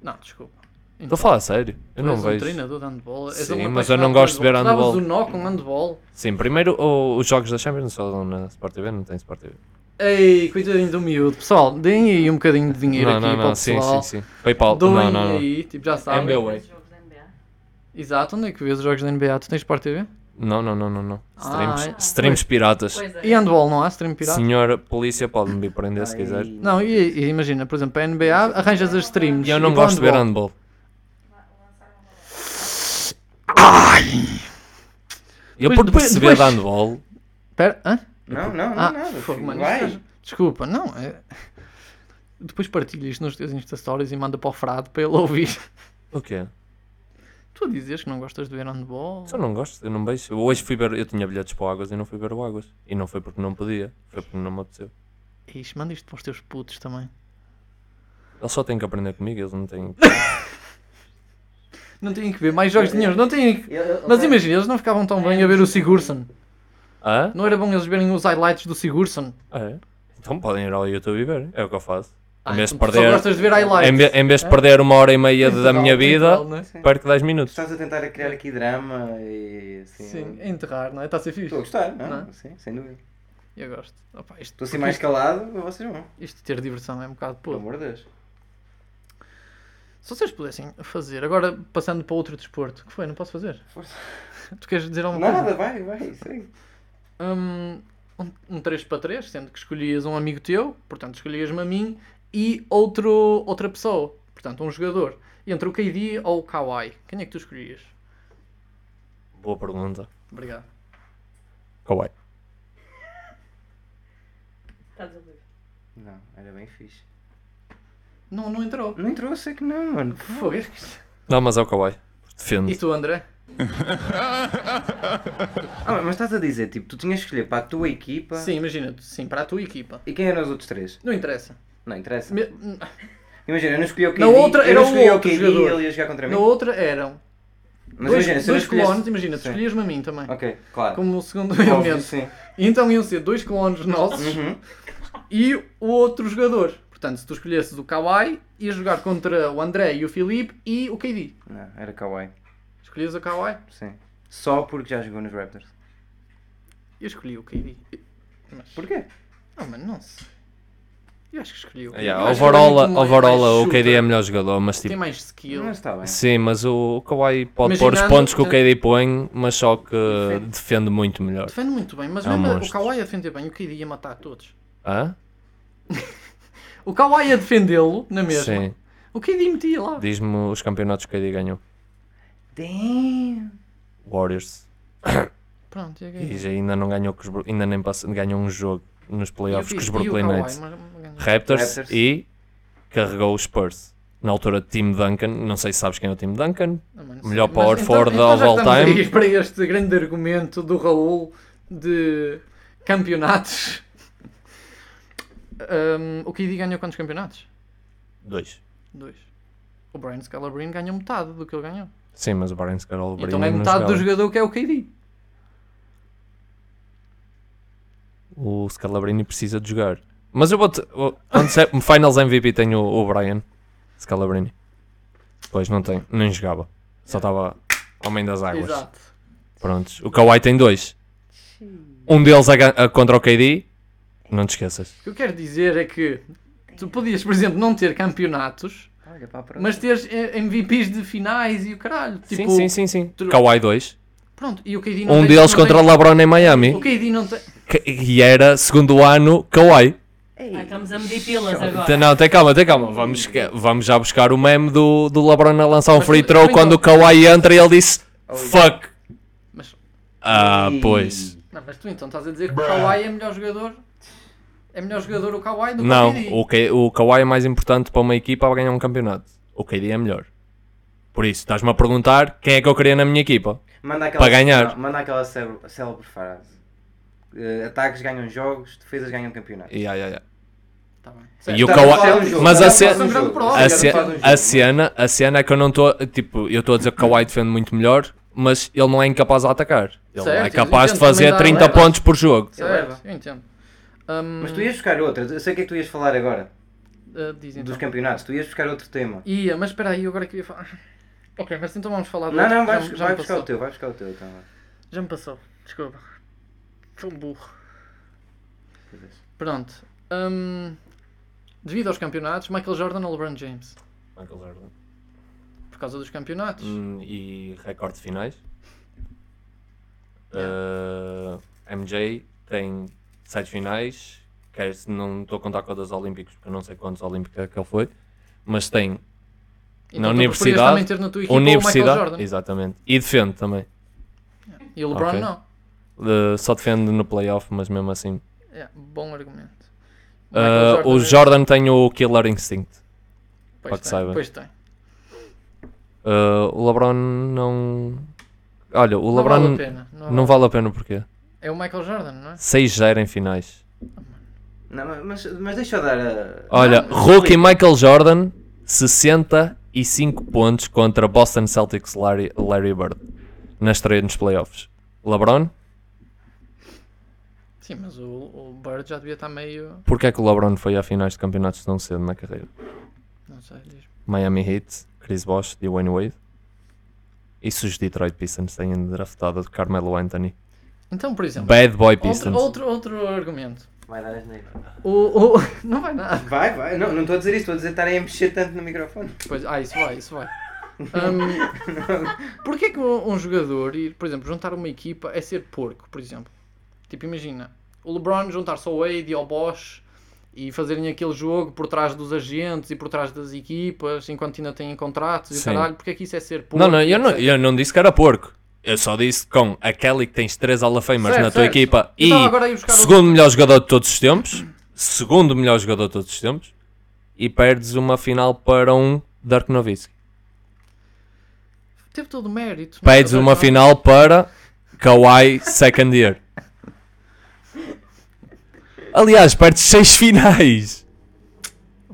C: Não, desculpa. Então,
E: Estou a falar a sério. Eu
C: Tu
E: não
C: és Então. um
E: vejo.
C: treinador de handball. és
E: Sim,
C: um
E: mas eu não
C: apaixonado
E: gosto de
C: por
E: ver
C: handball. Tu davas
E: handball.
C: o nó com handball.
E: Sim, primeiro o- os jogos da Champions só dão na Sport TV, não tem Sport TV.
C: Ei, coitadinho do miúdo. Pessoal, deem aí um bocadinho de dinheiro
E: Não,
C: aqui
E: não,
C: para o
E: não, sim,
C: pessoal.
E: sim, sim. PayPal,
C: Doem
E: não, não, não.
C: aí, tipo, já
E: É
C: sabem.
E: meu.
A: Esses jogos da NBA.
C: Exato, onde é que vês os jogos da NBA? Tu tens Sport TV?
E: Não, não, não, não, não. Streams,
C: Ah, é.
E: streams piratas.
A: Pois é.
C: E handball, não há stream pirata?
E: Senhora polícia, pode-me vir prender se quiser.
B: Ai,
C: Não, e, e imagina, por exemplo, a NBA arranjas as streams.
E: E eu não
C: para o
E: gosto de ver handball. Eu
C: Pois,
E: por
C: depois-
E: perceber de
C: depois-
E: handball,
C: Pera, hã?
B: Não, não, não,
C: Ah,
B: nada.
C: fogo, mano,
B: vai.
C: isto faz- Desculpa, não. é- Depois partilha isto nos teus Insta Stories e manda para o frado para ele ouvir.
E: o quê?
C: Tu a dizeres que não gostas de ver handball?
E: Só não gosto, eu não beijo. Eu Hoje fui ver, eu tinha bilhetes para o Águas e não fui ver o Águas. E não foi porque não podia, foi porque não me apeteceu.
C: Ixi, manda isto para os teus putos também.
E: Eles só têm que aprender comigo, eles não têm.
C: Não têm que ver mais jogos de nenhum, não têm que...
B: Eu- eu-
C: Mas
B: eu-
C: imagina, eles não ficavam tão bem a ver o Sigurdsson.
E: Hã?
C: Não era bom eles verem os highlights do Sigurdsson?
E: Ah? É? Então podem ir ao YouTube e ver, é o que eu faço. Em
C: Ah,
E: vez de
C: então tu
E: perder-
C: Só gostas de ver highlights.
E: Em, ve- em vez de perder uma hora e meia da minha vida,
C: Não é?
E: perco 10 minutos.
B: Estás a tentar criar aqui drama e assim.
C: Sim, é enterrar, não é? Está a ser fixe.
B: Estou a gostar, não?
C: Não
B: Sim, sem dúvida.
C: Eu gosto. Opa, isto,
B: Estou assim mais calado, vocês vão.
C: isto de ter diversão é um bocado
B: Pelo
C: podre.
B: amor de Deus.
C: Se vocês pudessem fazer, agora passando para outro desporto, que foi? Não posso fazer?
B: Força.
C: Tu queres dizer alguma coisa?
B: Nada, vai, vai, segue.
C: Hum, Um, um 3 para 3, sendo que escolhias um amigo teu, portanto escolhias-me a mim, e outro, outra pessoa, portanto um jogador. Entre o KD ou o Kawhi, quem é que tu escolhias?
E: Boa pergunta.
C: Obrigado.
E: Kawaii.
A: Estás a ver.
B: Não, era bem fixe.
C: Não, não entrou.
B: Não entrou, sei que não, mano.
C: Foi.
E: Não, mas é o Kawaii.
C: E
E: Defende.
C: tu, André?
B: Ah, mas estás a dizer, tipo, tu tinhas que escolher para a tua equipa
C: Sim, imagina, tu- sim, para a tua equipa.
B: e quem eram os outros três?
C: Não interessa.
B: Não interessa.
C: Me-
B: Imagina, eu não escolhi o KD,
C: Na outra
B: eu
C: era
B: não
C: o
B: escolhi o
C: outro
B: KD e
C: jogador.
B: ele ia jogar contra mim.
C: Na outra eram dois,
B: Mas imagina, se eu não
C: dois
B: escolhesse-
C: clones, imagina, tu
B: Sim.
C: escolhias-me a mim também,
B: Ok, claro.
C: como segundo
B: Óbvio,
C: elemento.
B: sim.
C: E então iam ser dois clones nossos
B: Uhum.
C: e o outro jogador. Portanto, se tu escolhesses o Kawhi, ias jogar contra o André e o Filipe e o KD.
B: Não, era Kawhi,
C: Escolhias o Kawhi?
B: sim. Só porque já jogou nos Raptors.
C: Eu escolhi o KD. Mas,
B: Porquê?
C: não, mano, Ah, não sei. Eu acho que escolhi o KD.
E: Ah, Yeah,
C: Eu acho que
E: overall,
C: ele é muito mais-
E: overall
C: mais
E: o KD é
C: shooter,
E: melhor jogador, mas
C: Tem
E: tipo.
C: mais skill.
B: Não está tá bem.
E: Sim, mas o, o Kawhi pode pôr os
C: Imaginando-
E: pontos que o KD põe, mas só que defende muito melhor.
C: Defende muito bem, mas
E: É um
C: mesmo o
E: monstro.
C: Kawhi a defender bem, o KD ia matar todos.
E: Hã?
C: O Kawhi a defendê-lo, na mesma.
E: Sim.
C: O KD metia lá.
E: Diz-me os campeonatos que o KD ganhou.
B: Damn.
E: Warriors.
C: Pronto, é
E: E
C: que
E: já ainda não ganhou, com os Bru- ainda nem passa, ganhou um jogo nos playoffs com os Brooklyn Nets.
C: Nets.
E: Raptors,
B: Raptors.
E: e carregou os Spurs. Na altura, Tim Duncan, não sei se sabes quem é o Tim Duncan. Melhor power
C: então,
E: forward of all time.
C: para este grande argumento do Raul de campeonatos. Hum, o KD ganhou quantos campeonatos?
E: Dois.
C: Dois. O Brian Scalabrine ganhou metade do que ele ganhou.
E: Sim, mas o Brian Scarol
C: então é metade do jogador que é o KD.
E: O Scalabrini precisa de jogar. Mas eu vou-te. o- Quando se- é, Finals MVP tem o, o Brian Scalabrini. Pois não tem, nem jogava. Só estava homem das águas.
C: Exato.
E: Prontos. O Kawhi tem dois. Um deles a gan- a contra o KD. Não te esqueças.
C: O que eu quero dizer é que tu podias, por exemplo, não ter campeonatos,
B: Olha para a próxima.
C: mas teres eh, MVPs de finais e o caralho. Tipo,
E: sim, sim, sim, sim.
C: tru-
E: Kawhi 2.
C: Pronto, e o KD não
E: Um
C: tem-
E: deles
C: não
E: contra o
C: tem-
E: LeBron em Miami.
C: O KD não tem.
E: que- E era, segundo ano, Kawhi.
A: Ah, estamos a medir pilas agora.
E: Te- Não, tem calma, tem calma. Vamos, que- vamos já buscar o meme do, do LeBron a lançar um
C: Mas
E: free
C: tu-
E: throw
C: tu
E: quando o
C: então-
E: Kawhi entra e ele disse Fuck.
C: Mas,
E: Ah,
B: Ei.
E: pois.
C: não, mas tu então estás a dizer que o Kawhi é melhor jogador? É melhor jogador o Kawhi do que o KD?
E: Não, o, K, o Kawhi é mais importante para uma equipa para ganhar um campeonato. O KD é melhor. Por isso, estás-me a perguntar quem é que eu queria na minha equipa.
B: Manda aquela,
E: Para ganhar.
B: não, manda aquela célebre, célebre frase. Eh, ataques ganham jogos, defesas ganham campeonato.
E: Yeah, yeah, yeah.
C: Tá bem.
E: E o
B: Estamos
E: Kawhi-
B: a falar de um jogo,
E: mas
B: estamos
E: a
B: falar de um
E: ce-
B: jogo.
C: a
E: A,
B: Estamos
E: ce-
B: falar de um
E: a
B: jogo.
E: cena, a cena é que eu não estou. Tipo, eu estou a dizer que o Kawhi defende muito melhor, mas ele não é incapaz de atacar. Ele
C: Certo,
E: é capaz de
C: entendo, também
E: fazer
C: dá-
E: 30
C: leva.
E: pontos por jogo.
C: Certo, eu entendo. Hum,
B: um Mas tu ias buscar outra, eu sei o que é que tu ias falar agora,
C: ah, diz então.
B: dos campeonatos, tu ias buscar outro tema.
C: Ia, mas espera aí, eu agora queria falar. Ok, mas então vamos falar do
B: Não,
C: outro,
B: não,
C: que já
B: vai,
C: me- já
B: vai
C: me
B: buscar o
C: passou.
B: teu, vai buscar o teu. Então.
C: Já me passou, desculpa. Sou um burro. Pronto. Hum, devido aos campeonatos, Michael Jordan ou LeBron James?
E: Michael Jordan.
C: Por causa dos campeonatos.
E: Hum, e recorde de finais. Uh, MJ tem 7 finais. Quer se não estou a contar com a dos Olímpicos, porque eu não sei quantos Olímpicos é que ele foi, mas tem na
C: Então tu
E: universidade,
C: preferias também ter na tua equipa o Michael
E: universidade.
C: Jordan.
E: Exatamente. E defende também.
C: E o LeBron
E: Ok.
C: não.
E: Uh, só defende no playoff, mas mesmo assim.
C: É, bom argumento. Michael
E: Uh, o
C: é-
E: Jordan tem o Killer Instinct.
C: pois
E: que
C: tem,
E: saiba.
C: Pois tem.
E: Uh, o LeBron não. Olha, o
C: Não
E: LeBron
C: vale a pena. Não
E: não
C: vale.
E: vale a pena porque
C: É o Michael Jordan, não é?
E: 6-0 em finais.
B: Não, mas, mas deixa eu dar a.
E: Olha,
B: Não,
E: Hulk e Michael Jordan, 65 pontos contra Boston Celtics Larry, Larry Bird na estreia nos playoffs. LeBron?
C: Sim, mas o, o Bird já devia estar meio.
E: Porquê é que o LeBron foi a finais de campeonatos tão cedo na carreira?
C: Não sei. diz-me.
E: Miami Heat, Chris Bosh, Dwayne Wade. E se os Detroit Pistons têm draftado Carmelo Anthony?
C: Então, por exemplo,
E: Bad Boy
C: outro,
E: Pistons.
C: outro, outro argumento.
B: Vai dar asneira.
C: O, o- Não vai nada.
B: Vai, vai. Não, não estou a dizer isso, estou a dizer estarem a mexer tanto no microfone.
C: Pois, ah, isso vai, isso vai. Hum, Porquê é que um, um jogador ir, por exemplo, juntar uma equipa é ser porco, por exemplo? Tipo, imagina, o LeBron juntar-se ao Wade e ao Bosch e fazerem aquele jogo por trás dos agentes e por trás das equipas, enquanto ainda têm contratos e o
E: Sim.
C: caralho, porque é que isso é ser porco?
E: Não, não eu, não,
C: etc.
E: eu não disse que era porco. Eu só disse que com a Kelly que tens 3 Hall of Famers
C: Certo,
E: na tua
C: certo.
E: equipa
C: Eu
E: e
C: estava Então, agora a ir buscar outro-
E: segundo melhor jogador de todos os tempos, segundo melhor jogador de todos os tempos, e perdes uma final para um Dirk Nowitzki.
C: Teve todo o mérito. não é?
E: Perdes uma
C: Agora-
E: final para Kawhi Second Year. Aliás, perdes 6 finais.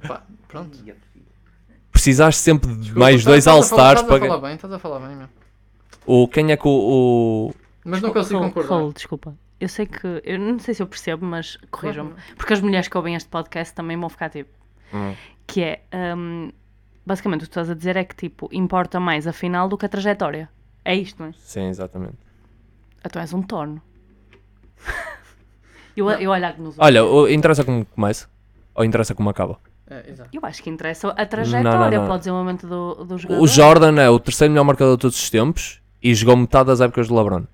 C: Pá, pronto.
E: precisaste sempre de
C: Desculpa,
E: mais
C: estás-
E: dois
C: estás a falar-
E: All-Stars
C: Estás a
E: para.
C: falar bem, estás a falar bem mesmo.
E: O, quem é que o. o-
C: Mas não consigo
A: Raul,
C: concordar.
A: Raul, desculpa. Eu sei que. Eu não sei se eu percebo, mas corrijam-me.
C: Claro
A: Porque as mulheres que ouvem este podcast também vão ficar tipo.
E: Hum.
A: Que é. hum, basicamente, o que tu estás a dizer é que, tipo, importa mais a final do que a trajetória. É isto, não é?
E: Sim, exatamente.
A: Então és um torno. eu, eu olhar nos olhos.
E: Olha, o- interessa como começa ou interessa como acaba.
C: É, exato.
A: Eu acho que interessa a trajetória,
E: não.
A: pode dizer o momento do, do jogador.
E: O Jordan é o terceiro melhor marcador de todos os tempos e jogou metade das épocas do LeBron.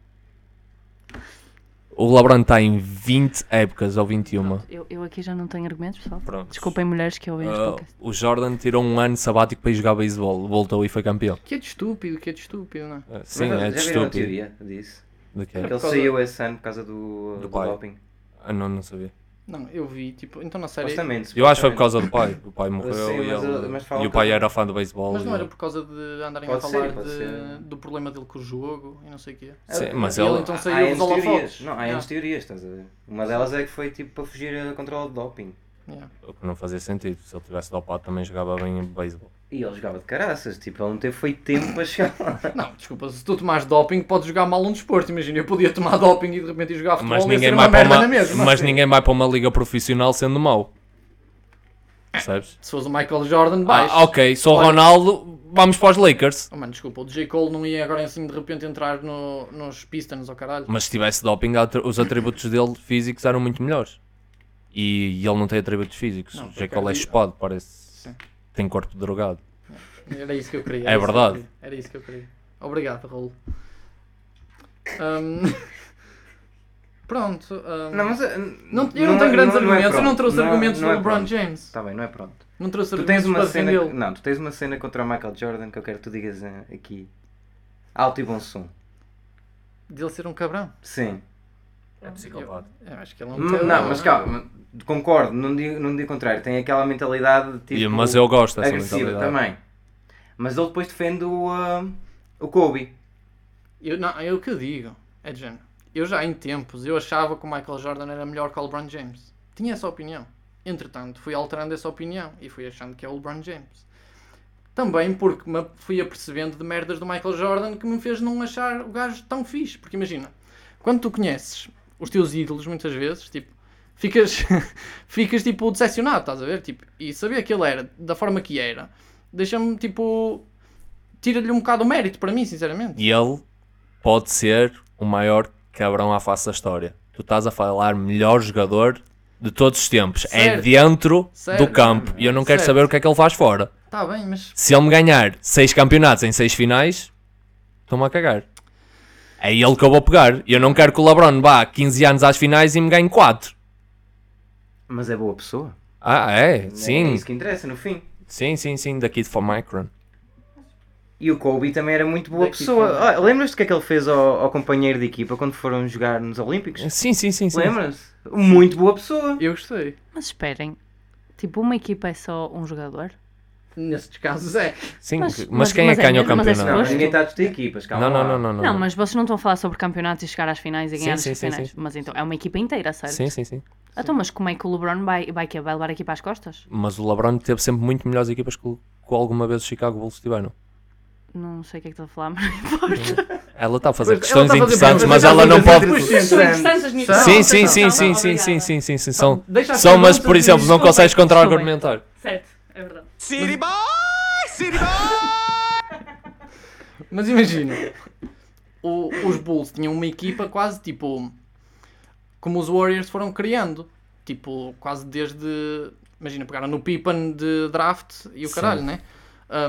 E: O LeBron está em 20 épocas ou 21.
A: Eu, eu aqui já não tenho argumentos, pessoal.
E: Pronto.
A: Desculpem mulheres que ouvem este
C: é
E: Ah,
A: podcast.
E: o Jordan tirou um ano sabático para ir jogar beisebol, voltou e foi campeão.
C: Que é de estúpido, que é de estúpido, não é?
E: Ah, Sim,
B: Mas,
E: é de
B: já viram
E: estúpido.
B: a
E: É.
B: teoria disso?
E: De quê?
C: por
B: Que ele
C: causa-
B: saiu esse ano por causa do,
E: Do
B: do,
E: pai.
B: doping.
E: Ah, não, não sabia.
C: Não, eu vi, tipo, então na série.
B: Supostamente.
E: Eu acho que foi por
B: supostamente.
E: causa do pai. O pai morreu
B: Sim,
E: e,
B: mas,
E: ele-
B: ah, mas falam
E: e o
B: que-
E: pai era fã do beisebol.
C: Mas não
E: e-
C: era por causa de andarem
B: Pode
C: a
B: ser,
C: falar
B: pode
C: de-
B: ser.
C: do problema dele com o jogo e não sei o quê.
E: Sim, mas
C: E ele
E: ele-
C: então
B: Há há
C: saiu
B: N
C: dos holofotes.
B: teorias. Não, há
C: Yeah,
B: N teorias, estás a ver? Uma delas é que foi tipo para fugir a controle de doping.
C: yeah.
B: É.
E: O que não fazia sentido. Se ele tivesse dopado, também jogava bem em beisebol.
B: E ele jogava de caraças, tipo, ele não teve foi tempo para chegar lá.
C: Não, desculpa, se tu tomares doping, podes jogar mal um desporto. Imagina, eu podia tomar doping e de repente ir jogar futebol
E: Mas,
C: e
E: ninguém
C: ser uma
E: vai, para
C: merda é
E: uma,
C: na mesma.
E: mas ninguém vai para uma liga profissional sendo mau. Percebes?
C: Se fosse o Michael Jordan, vais.
E: Ah, ok, sou o
C: É. Olha-
E: Ronaldo, vamos para os Lakers.
C: Oh, mano, desculpa, o J. Cole não ia agora assim de repente entrar no- nos Pistons, ao caralho.
E: Mas se tivesse doping, atri- os atributos dele físicos eram muito melhores. E, e ele não tem atributos físicos.
C: Não,
E: o J. Cole é
C: porque-
E: chupado, parece.
C: Sim.
E: Tem corpo de drogado.
C: Era isso que eu queria.
E: É
C: era isso que eu
E: verdade.
C: queria, Era isso que eu queria. Obrigado, Raul. Hum, Pronto. hum,
B: Não, mas. ah,
C: não- eu não,
B: é-
C: tenho grandes
B: não- não é
C: argumentos. eu não
B: pronto.
C: trouxe argumentos
B: não
C: do
B: é
C: LeBron
B: pronto.
C: James.
B: Tá bem, não é pronto.
C: Não trouxe
B: Tu
C: argumentos
B: tens uma
C: para
B: cena.
C: defendê-lo.
B: Não, tu tens uma cena contra o Michael Jordan que eu quero que tu digas ah, aqui. Alto e bom som.
C: De ele ser um cabrão.
B: Sim.
E: É psicopata.
C: Eu acho que ele é um
B: Hum, Não,
C: cabrão,
B: mas
C: é?
B: calma, concordo, não digo, não digo contrário, tem aquela mentalidade tipo,
E: E- mas eu gosto dessa
B: agressiva
E: mentalidade.
B: também. Mas ele depois defende o, ah, o Kobe.
C: Eu, não, é o que eu digo. É de género. Eu já em tempos, eu achava que o Michael Jordan era melhor que o LeBron James. Tinha essa opinião. Entretanto, fui alterando essa opinião e fui achando que é o LeBron James. Também porque me fui apercebendo de merdas do Michael Jordan que me fez não achar o gajo tão fixe. Porque imagina, quando tu conheces os teus ídolos muitas vezes, tipo, ficas, ficas tipo decepcionado, estás a ver? Tipo, e saber que ele era da forma que era, deixa-me tipo. Tira-lhe um bocado o mérito para mim, sinceramente.
E: E ele pode ser o maior cabrão à face da história. Tu estás a falar melhor jogador de todos os tempos. É
C: Certo.
E: dentro
C: Certo.
E: do campo. E eu não quero
C: Certo.
E: saber o que é que ele faz fora.
C: Está Tá bem, mas.
E: Se ele me ganhar seis campeonatos em seis finais, estou-me a cagar. É ele que eu vou pegar. E Eu não quero que o LeBron vá 15 anos às finais e me ganhe 4.
B: Mas é boa pessoa.
E: Ah, é?
B: É
E: Sim.
B: isso que interessa, no fim.
E: Sim, sim, sim. Daqui de Formicron.
B: E o Kobe também era muito boa
C: Daqui
B: pessoa.
C: fora.
B: Ah, Lembras-te o que é que ele fez ao, ao companheiro de equipa quando foram jogar nos Olímpicos?
E: É, Sim, sim, sim. sim.
B: Lembras-se? Muito boa pessoa.
C: Eu gostei.
A: Mas esperem, tipo, uma equipa é só um jogador?
C: Nestes casos é.
E: Sim,
A: Mas-
E: mas,
A: mas-
E: quem
A: mas
E: é
A: é
E: que ganha o
A: mesmo- mas é
E: campeonato?
B: Não,
A: Gosto.
B: ninguém está a discutir equipas, calma.
E: Não, não, não,
B: lá.
E: não, não.
A: Não, mas vocês não estão a falar sobre campeonatos e chegar às finais e
E: Sim,
A: ganhar as
E: sim,
A: seis
E: sim,
A: finais.
E: sim.
A: Mas então é uma equipa inteira, certo?
E: Sim, sim, sim.
A: Então, mas como é que o LeBron vai, vai, quê? vai levar aqui para as costas?
E: Mas o LeBron teve sempre muito melhores equipas que, o- que alguma vez os Chicago Bulls tiveram.
A: Não sei o que é que estou a falar, mas não importa.
E: Ela está a fazer
C: Pois, ela
E: questões
C: está a fazer
E: interessantes,
C: perguntas,
E: mas
C: ela
E: ela não
C: está a
E: pode.
C: fazer
F: São interessantes as minhas
E: Sim,
F: perguntas,
E: sim,
F: não.
E: sim,
G: não,
E: sim,
G: não,
E: sim, sim,
G: obrigada.
E: sim, sim, sim, são.
C: Deixa as
E: São, mas
C: perguntas
E: por
C: e
E: exemplo, não
C: desculpa.
E: consegues
A: desculpem.
E: contra-argumentar.
G: Certo, é verdade.
D: City boy, city boy.
C: Mas imagina, o- os Bulls tinham uma equipa quase tipo. Como os Warriors foram criando. Tipo, quase desde. Imagina, pegaram no Pippen de draft e o
E: Sim.
C: caralho, né?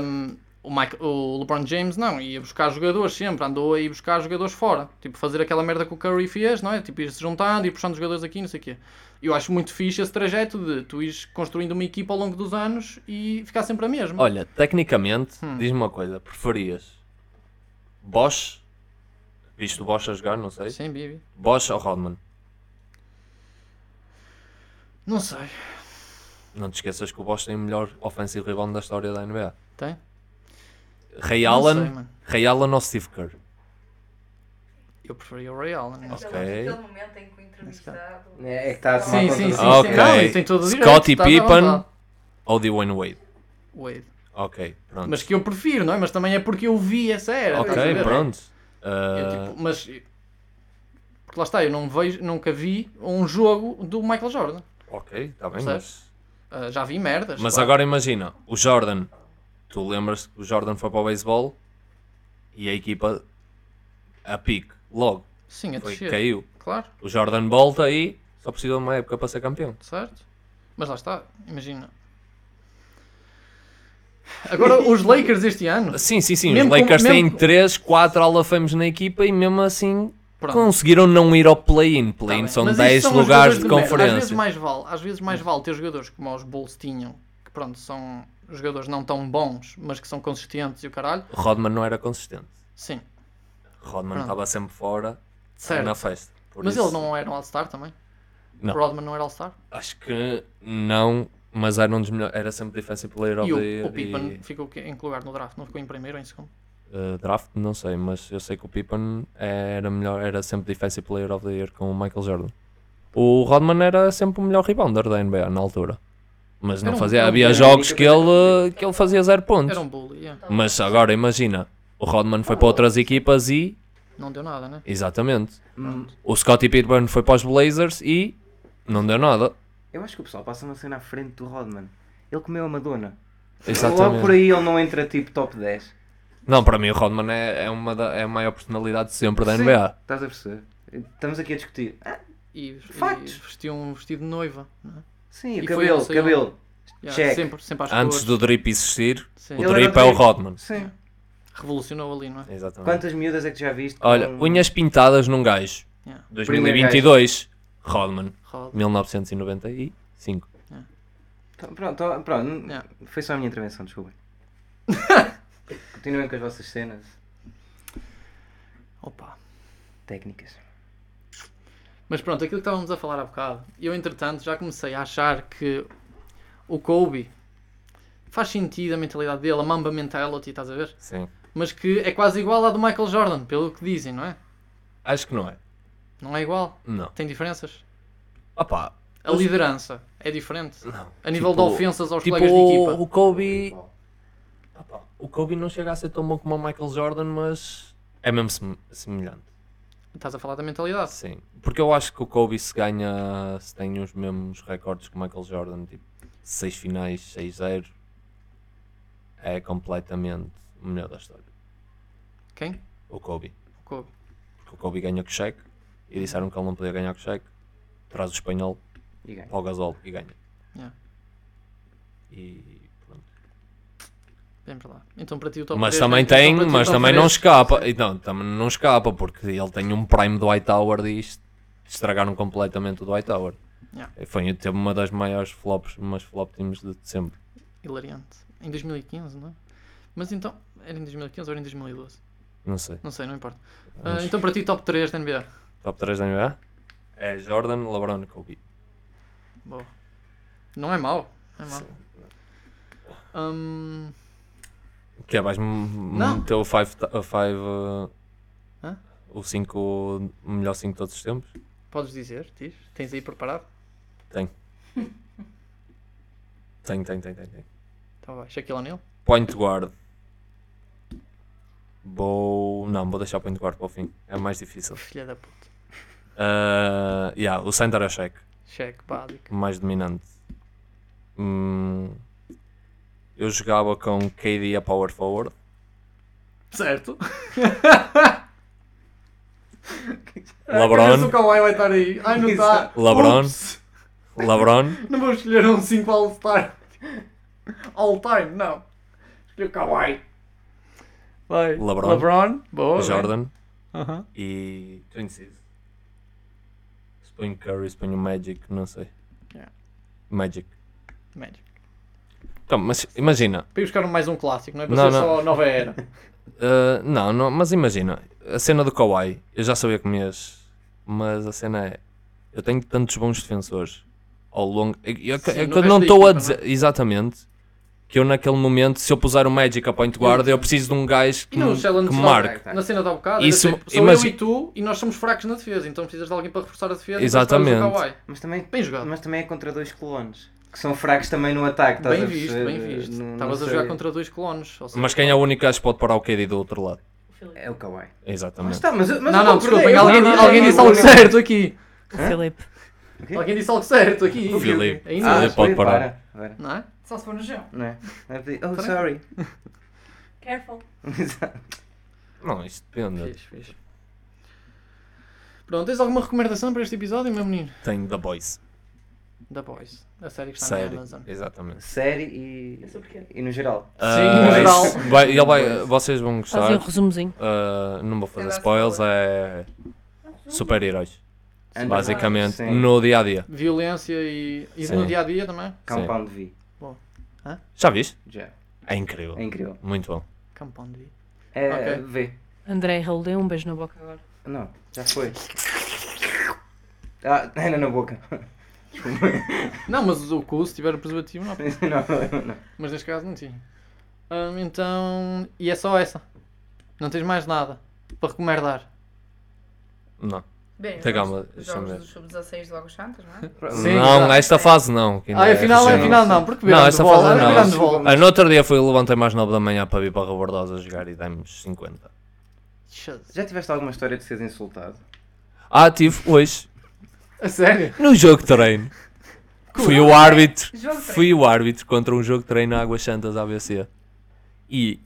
C: Um, o, Mike, o LeBron James não, ia buscar jogadores sempre, andou a ir buscar jogadores fora. Tipo, fazer aquela merda que o Curry fez, não é? Tipo, ir-se juntando, ir puxando jogadores aqui, não sei o quê. Eu acho muito fixe esse trajeto de tu ires construindo uma equipa ao longo dos anos e ficar sempre a mesma.
E: Olha, tecnicamente,
C: Hum.
E: diz-me uma coisa, preferias Bosch, visto o Bosch a jogar, não sei,
C: Sim, Bibi.
E: Bosch ou Rodman?
C: Não sei.
E: Não te esqueças que o Bosch tem o melhor ofensivo rebound da história da NBA.
C: Tem?
E: Ray
C: Não sei,
E: Allen,
C: mano.
E: Ray Allen ou Steve Kerr?
C: Eu preferia o né? Ray Allen. não sei.
E: Ok.
G: Aquele momento em que o entrevistado.
B: É é que está a tomar
C: Sim,
B: conta
C: sim,
B: do-
C: sim.
E: Ok.
C: sim. Não, ele tem todo o direito,
E: Scottie
C: estás à
E: Pippen.
C: vontade.
E: Ou Dwayne Wade?
C: Wade.
E: Ok, pronto.
C: Mas que eu prefiro, não é? Mas também é porque eu vi essa era.
E: ok,
C: estás a ver?
E: pronto.
C: Eu,
E: Ah,
C: tipo, mas. Porque lá está, eu não vejo, nunca vi um jogo do Michael Jordan.
E: ok, está bem,
C: Eh, Percebes?
E: mas...
C: Ah, já vi merdas.
E: Mas
C: claro.
E: agora imagina, o Jordan, tu lembras que o Jordan foi para o beisebol e a equipa a pique logo,
C: Sim, a
E: foi,
C: descer.
E: caiu.
C: Claro,
E: O Jordan volta e só precisa de uma época para ser campeão.
C: certo. Mas lá está, imagina. Agora os Lakers este ano.
E: Sim, sim, sim,
C: Mesmo
E: os Lakers
C: com- mesmo
E: têm
C: com-
E: 3, 4 Hall of Fames na equipa e mesmo assim
C: Pronto.
E: conseguiram não ir ao play-in.
C: Tá
E: Play-in
C: bem,
E: são
C: mas
E: 10
C: isso são os
E: lugares de
C: jogadores merda. Às vezes,
E: conferência.
C: mais vale, às vezes mais vale ter jogadores como os Bulls tinham, que pronto, são jogadores não tão bons, mas que são consistentes e o caralho.
E: Rodman não era consistente.
C: Sim,
E: Rodman
C: Pronto.
E: estava sempre fora
C: certo.
E: na festa. Por
C: mas
E: isso,
C: ele não era um All-Star também?
E: Não.
C: O Rodman não era All-Star?
E: Acho que não, mas era um dos melhores. Era sempre Defensive Player of
C: E
E: the
C: o, o
E: Year
C: Pippen
E: e-
C: ficou que- em que lugar no draft? Não ficou em primeiro ou em segundo?
E: Uh, draft, não sei, mas eu sei que o Pippen era melhor, era sempre Defensive Player of the Year com o Michael Jordan. O Rodman era sempre o melhor rebounder da NBA na altura. Mas não
C: Era um-
E: fazia,
C: era um-
E: havia
C: era um-
E: jogos que ele, que ele fazia zero pontos.
C: Era um bully, yeah.
E: Mas agora imagina, o Rodman foi para outras equipas e.
C: não deu nada, né?
E: Exatamente.
B: Hum,
E: O Scottie Pippen foi para os Blazers e. Não deu nada.
B: Eu acho que o pessoal passa uma cena à frente do Rodman. Ele comeu a Madonna. Logo por
E: Exatamente.
B: aí ele não entra tipo top 10.
E: Não, para mim o Rodman é, é, uma da- é a maior personalidade de sempre da
B: Sim.
E: NBA.
B: Estás a perceber? Estamos aqui a discutir. Ah,
C: E, e
B: Factos.
C: vestiu um vestido de noiva, né?
B: sim,
C: E foi
B: o
C: ele,
B: cabelo,
C: saiu.
B: cabelo.
C: Yeah,
B: Check.
C: sempre, sempre às
E: Antes
C: cores.
E: do drip existir, o
C: Sim,
B: Ele era
E: drip é o
B: drip.
E: Rodman.
B: Sim.
C: revolucionou ali, não é?
E: Exatamente.
B: Quantas miúdas é que já viste?
E: Olha,
B: com-
E: unhas pintadas num gajo.
C: Yeah.
E: 2022, Rodman,
C: Rod-
E: 1995.
B: Então, Pronto, então, pronto.
C: Yeah.
B: Foi só a minha intervenção, desculpem. Continuem com as vossas cenas
C: Opa.
B: técnicas.
C: Mas pronto, aquilo que estávamos a falar há bocado, eu entretanto já comecei a achar que o Kobe faz sentido a mentalidade dele, a Mamba mentality, estás a ver?
E: Sim.
C: Mas que é quase igual à do Michael Jordan, pelo que dizem, não é?
E: Acho que não é.
C: Não é igual,
E: Não.
C: tem diferenças.
E: Opa,
C: A liderança é diferente.
E: não.
C: A nível
E: Tipo-
C: de ofensas aos
E: Tipo,
C: colegas de equipa.
E: o Kobe. Opa, o Kobe não chega a ser tão bom como o Michael Jordan, mas é mesmo sem- semelhante.
C: Estás a falar da mentalidade.
E: Sim. Porque eu acho que o Kobe se ganha, se tem os mesmos recordes que o Michael Jordan, tipo 6 finais, 6-0, é completamente o melhor da história.
C: Quem?
E: O Kobe.
C: O Kobe.
E: porque o Kobe ganhou com o Cheque e disseram que ele não podia ganhar com o Cheque. Traz o espanhol,
B: E ganha.
E: para o Gasol e ganha.
C: Yeah.
E: E pronto.
C: Vem para lá. Então para ti o top
E: Mas
C: três,
E: também
C: né? Então,
E: tem,
C: para ti o
E: mas
C: top
E: também
C: três-
E: não escapa. E Não, também não escapa porque ele tem um prime do Hightower e isto- estragaram completamente o do Hightower.
C: Yeah.
E: Foi teve uma das maiores flops, umas flop teams de sempre.
C: Hilariante. Em 2015, não é? Mas então, era em 2015 ou era em 2012?
E: Não sei.
C: Não sei, não importa. Ah,
E: Mas-
C: então para ti top 3 da NBA.
E: Top 3 da NBA? É Jordan, LeBron e Kobe.
C: Boa. Não é mau. Não é mau. Hum,
E: Que é, vais-me
C: Não.
E: meter o 5.
C: Hã?
E: O 5. Melhor 5 de todos os tempos?
C: podes dizer, diz? Tens aí preparado?
E: Tenho, tenho, tenho, tenho. tenho.
C: Então vai, Shaquille O'Neal.
E: Point guard. Vou. Não, vou deixar o point guard para o fim. É mais difícil.
C: Filha da puta.
E: Ah, yeah, o center é check.
C: Cheque, básico.
E: Mais dominante. Hum, eu jogava com KD a power forward.
C: Certo. É,
E: LeBron.
C: O Kawhi vai estar aí. Ai, não está.
E: LeBron.
C: Ups.
E: LeBron.
C: Não vou escolher um 5 All-Star. All-Time, não. Escolhi o Kawhi. Vai.
E: LeBron.
C: LeBron. Boa. né? bem.
E: Jordan.
C: Aham.
E: E. Twin Seas. Se ponho Curry, se ponho Magic, não sei.
C: Yeah.
E: Magic.
C: Magic.
E: Então, mas imagina.
C: Para ir buscar mais um clássico, não é para
E: Não,
C: ser
E: não.
C: só nova era.
E: Uh, não, não, mas imagina, a cena do Kawhi, eu já sabia que me ias, mas a cena é, eu tenho tantos bons defensores ao longo, eu, eu,
C: Sim,
E: eu
C: no
E: que eu
C: resto
E: não
C: da
E: estou
C: equipa,
E: a
C: é?
E: dizer, exatamente, que eu naquele momento, se eu puser o Magic a point guard, eu preciso de um gajo que,
C: E no
E: me-
C: Challenge
E: que me
C: de
E: marque.
C: Algarve, na cena da bocada,
E: Isso-
C: Isso, sou
E: imagi-
C: eu e tu e nós somos fracos na defesa, então precisas de alguém para reforçar a defesa.
E: Exatamente.
C: E para escolheres o Kawhi.
B: Mas também,
C: Bem jogado.
B: mas também é contra dois colonos. Que são fracos também no ataque. estás
C: Bem
B: a
C: visto,
B: perceber?
C: bem visto.
B: Não- não
C: Estavas a
B: sei.
C: jogar contra dois colonos. ou seja,
E: Mas quem é o único gajo que pode parar o KD do outro lado?
B: É o Kawhi. Mas
E: Exatamente.
B: está, mas, mas
C: não,
B: eu
C: não,
B: concordei,
C: desculpem,
B: eu
C: alguém,
B: concordei,
C: alguém
B: eu
C: disse algo
B: concordei.
C: certo aqui.
A: O Filipe.
B: Quê?
C: Alguém disse algo certo aqui.
E: O Filipe.
C: Ainda.
B: Ah,
E: Ele
B: sim,
E: pode
B: para,
E: parar.
B: para.
C: Não é?
F: Só se for no chão.
B: Não é? Não é pedir, Oh, sorry.
G: Careful.
B: Exato.
E: Não, isso depende.
C: Fixe, fixe. Pronto, tens alguma recomendação para este episódio, meu menino?
E: Tem The Boys,
C: Da Boys. A série que está na
E: série,
C: Amazon.
E: exatamente.
B: Série e, e no geral.
C: no
E: Ah,
C: geral.
E: isso- vai- ele vai- vocês vão gostar.
A: Fazem um resumozinho.
E: Uh, não vou fazer
F: Sei lá,
E: spoilers, é super-heróis.
B: Underground,
E: Basicamente,
B: sim.
E: no dia a dia.
C: Violência e, e
E: Sim.
C: no dia a dia também.
B: Compound V.
E: Já viste?
B: Já.
E: É incrível.
B: É incrível.
E: Muito bom.
C: Compound V.
B: É,
C: Ok.
B: V.
A: André, Raul, dê um beijo na boca agora.
B: Não, já foi. Ah, ainda na boca.
C: Não, mas o cu, se tiver preservativo, não.
B: não, não.
C: Mas neste caso não tinha. Hum, então. E é só essa. Não tens mais nada para recomendar.
E: Não,
F: Bem,
E: Tem
F: jogos-
E: calma, deixa-me
F: jogos
E: ver.
F: dos sub-16 de Lagos Santos, não é?
C: Sim,
E: não
C: exato.
E: esta fase não. que ainda
C: Ah, afinal,
E: recente.
C: afinal não, porque
E: Não,
C: virando de
E: esta
C: bola.
E: fase
C: era virando de
E: não.
C: bola.
E: Ah, no outro dia fui levantei mais 9 da manhã para vir para a Rebordosa jogar e demos 50.
C: Jesus.
B: Já tiveste alguma história de seres insultado?
E: Ah, tive hoje,
C: A sério?
E: no jogo de treino. Fui o árbitro.
F: Jogo de
E: Fui o árbitro contra um jogo de treino na Águas Santas ABC. E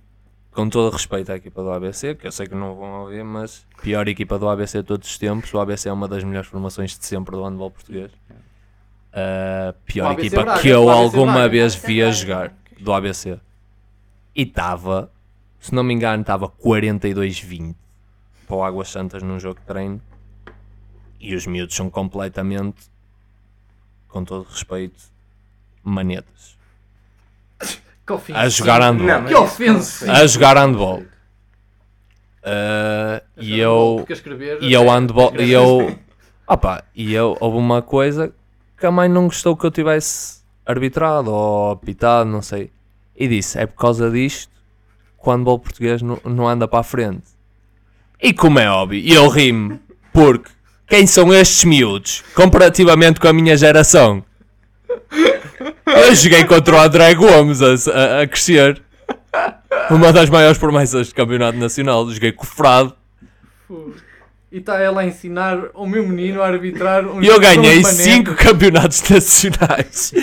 E: com todo o respeito à equipa do ABC, que eu sei que não vão ouvir, mas pior equipa do ABC de todos os tempos. O ABC é uma das melhores formações de sempre do handball português.
F: É.
E: A pior
C: O ABC
E: equipa
C: Braga,
E: que
C: o
E: eu
C: ABC
E: alguma
C: Braga.
E: vez vi a
F: Braga.
E: jogar do ABC. E estava, se não me engano, estava 42-20 para o Águas Santas num jogo de treino. E os miúdos são completamente, com todo respeito, manetas.
C: Que ofensa.
E: A jogar handball.
B: mas
C: Que
B: isso-
C: ofensa.
E: A jogar handball. Ah, e eu.
C: Porque a escrever. é
E: E eu handball. E eu. Opa, e eu. Houve uma coisa que a mãe não gostou que eu tivesse arbitrado ou apitado, não sei. E disse: é por causa disto que o handball português não, não anda para a frente. E como é óbvio, eu rimo. Porque quem são estes miúdos comparativamente com a minha geração? Eu joguei contra o André Gomes a- a- a crescer. Uma das maiores promessas do Campeonato Nacional. Joguei com o Frado.
C: E está ela a ensinar o meu menino a arbitrar um
E: E eu
C: jogo de
E: ganhei
C: banana.
E: 5 campeonatos nacionais.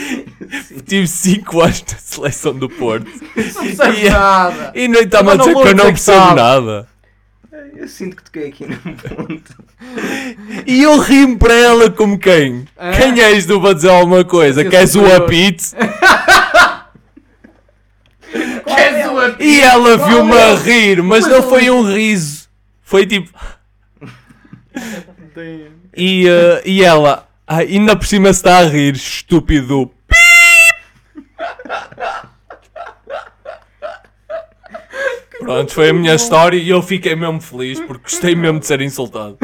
E: Tive 5 anos na seleção do Porto.
C: Não percebes
E: E-
C: nada.
E: E não está-me a
C: Mas não
E: dizer
C: vou
E: que eu não
C: dizer que
E: percebo
C: sabe.
E: nada.
B: Eu sinto que toquei aqui num ponto.
E: E eu rimo para ela como quem? Quem és tu para dizer alguma coisa?
C: Seu
E: Queres o
C: É? superior.
E: apito? É
C: Queres o apito?
E: E ela viu-me a rir, mas não foi um riso. Foi tipo. E, eh, e ela, "Ah, ainda por cima se está a rir, estúpido. Pip." Pronto, foi a minha história e eu fiquei mesmo feliz porque gostei mesmo de ser insultado.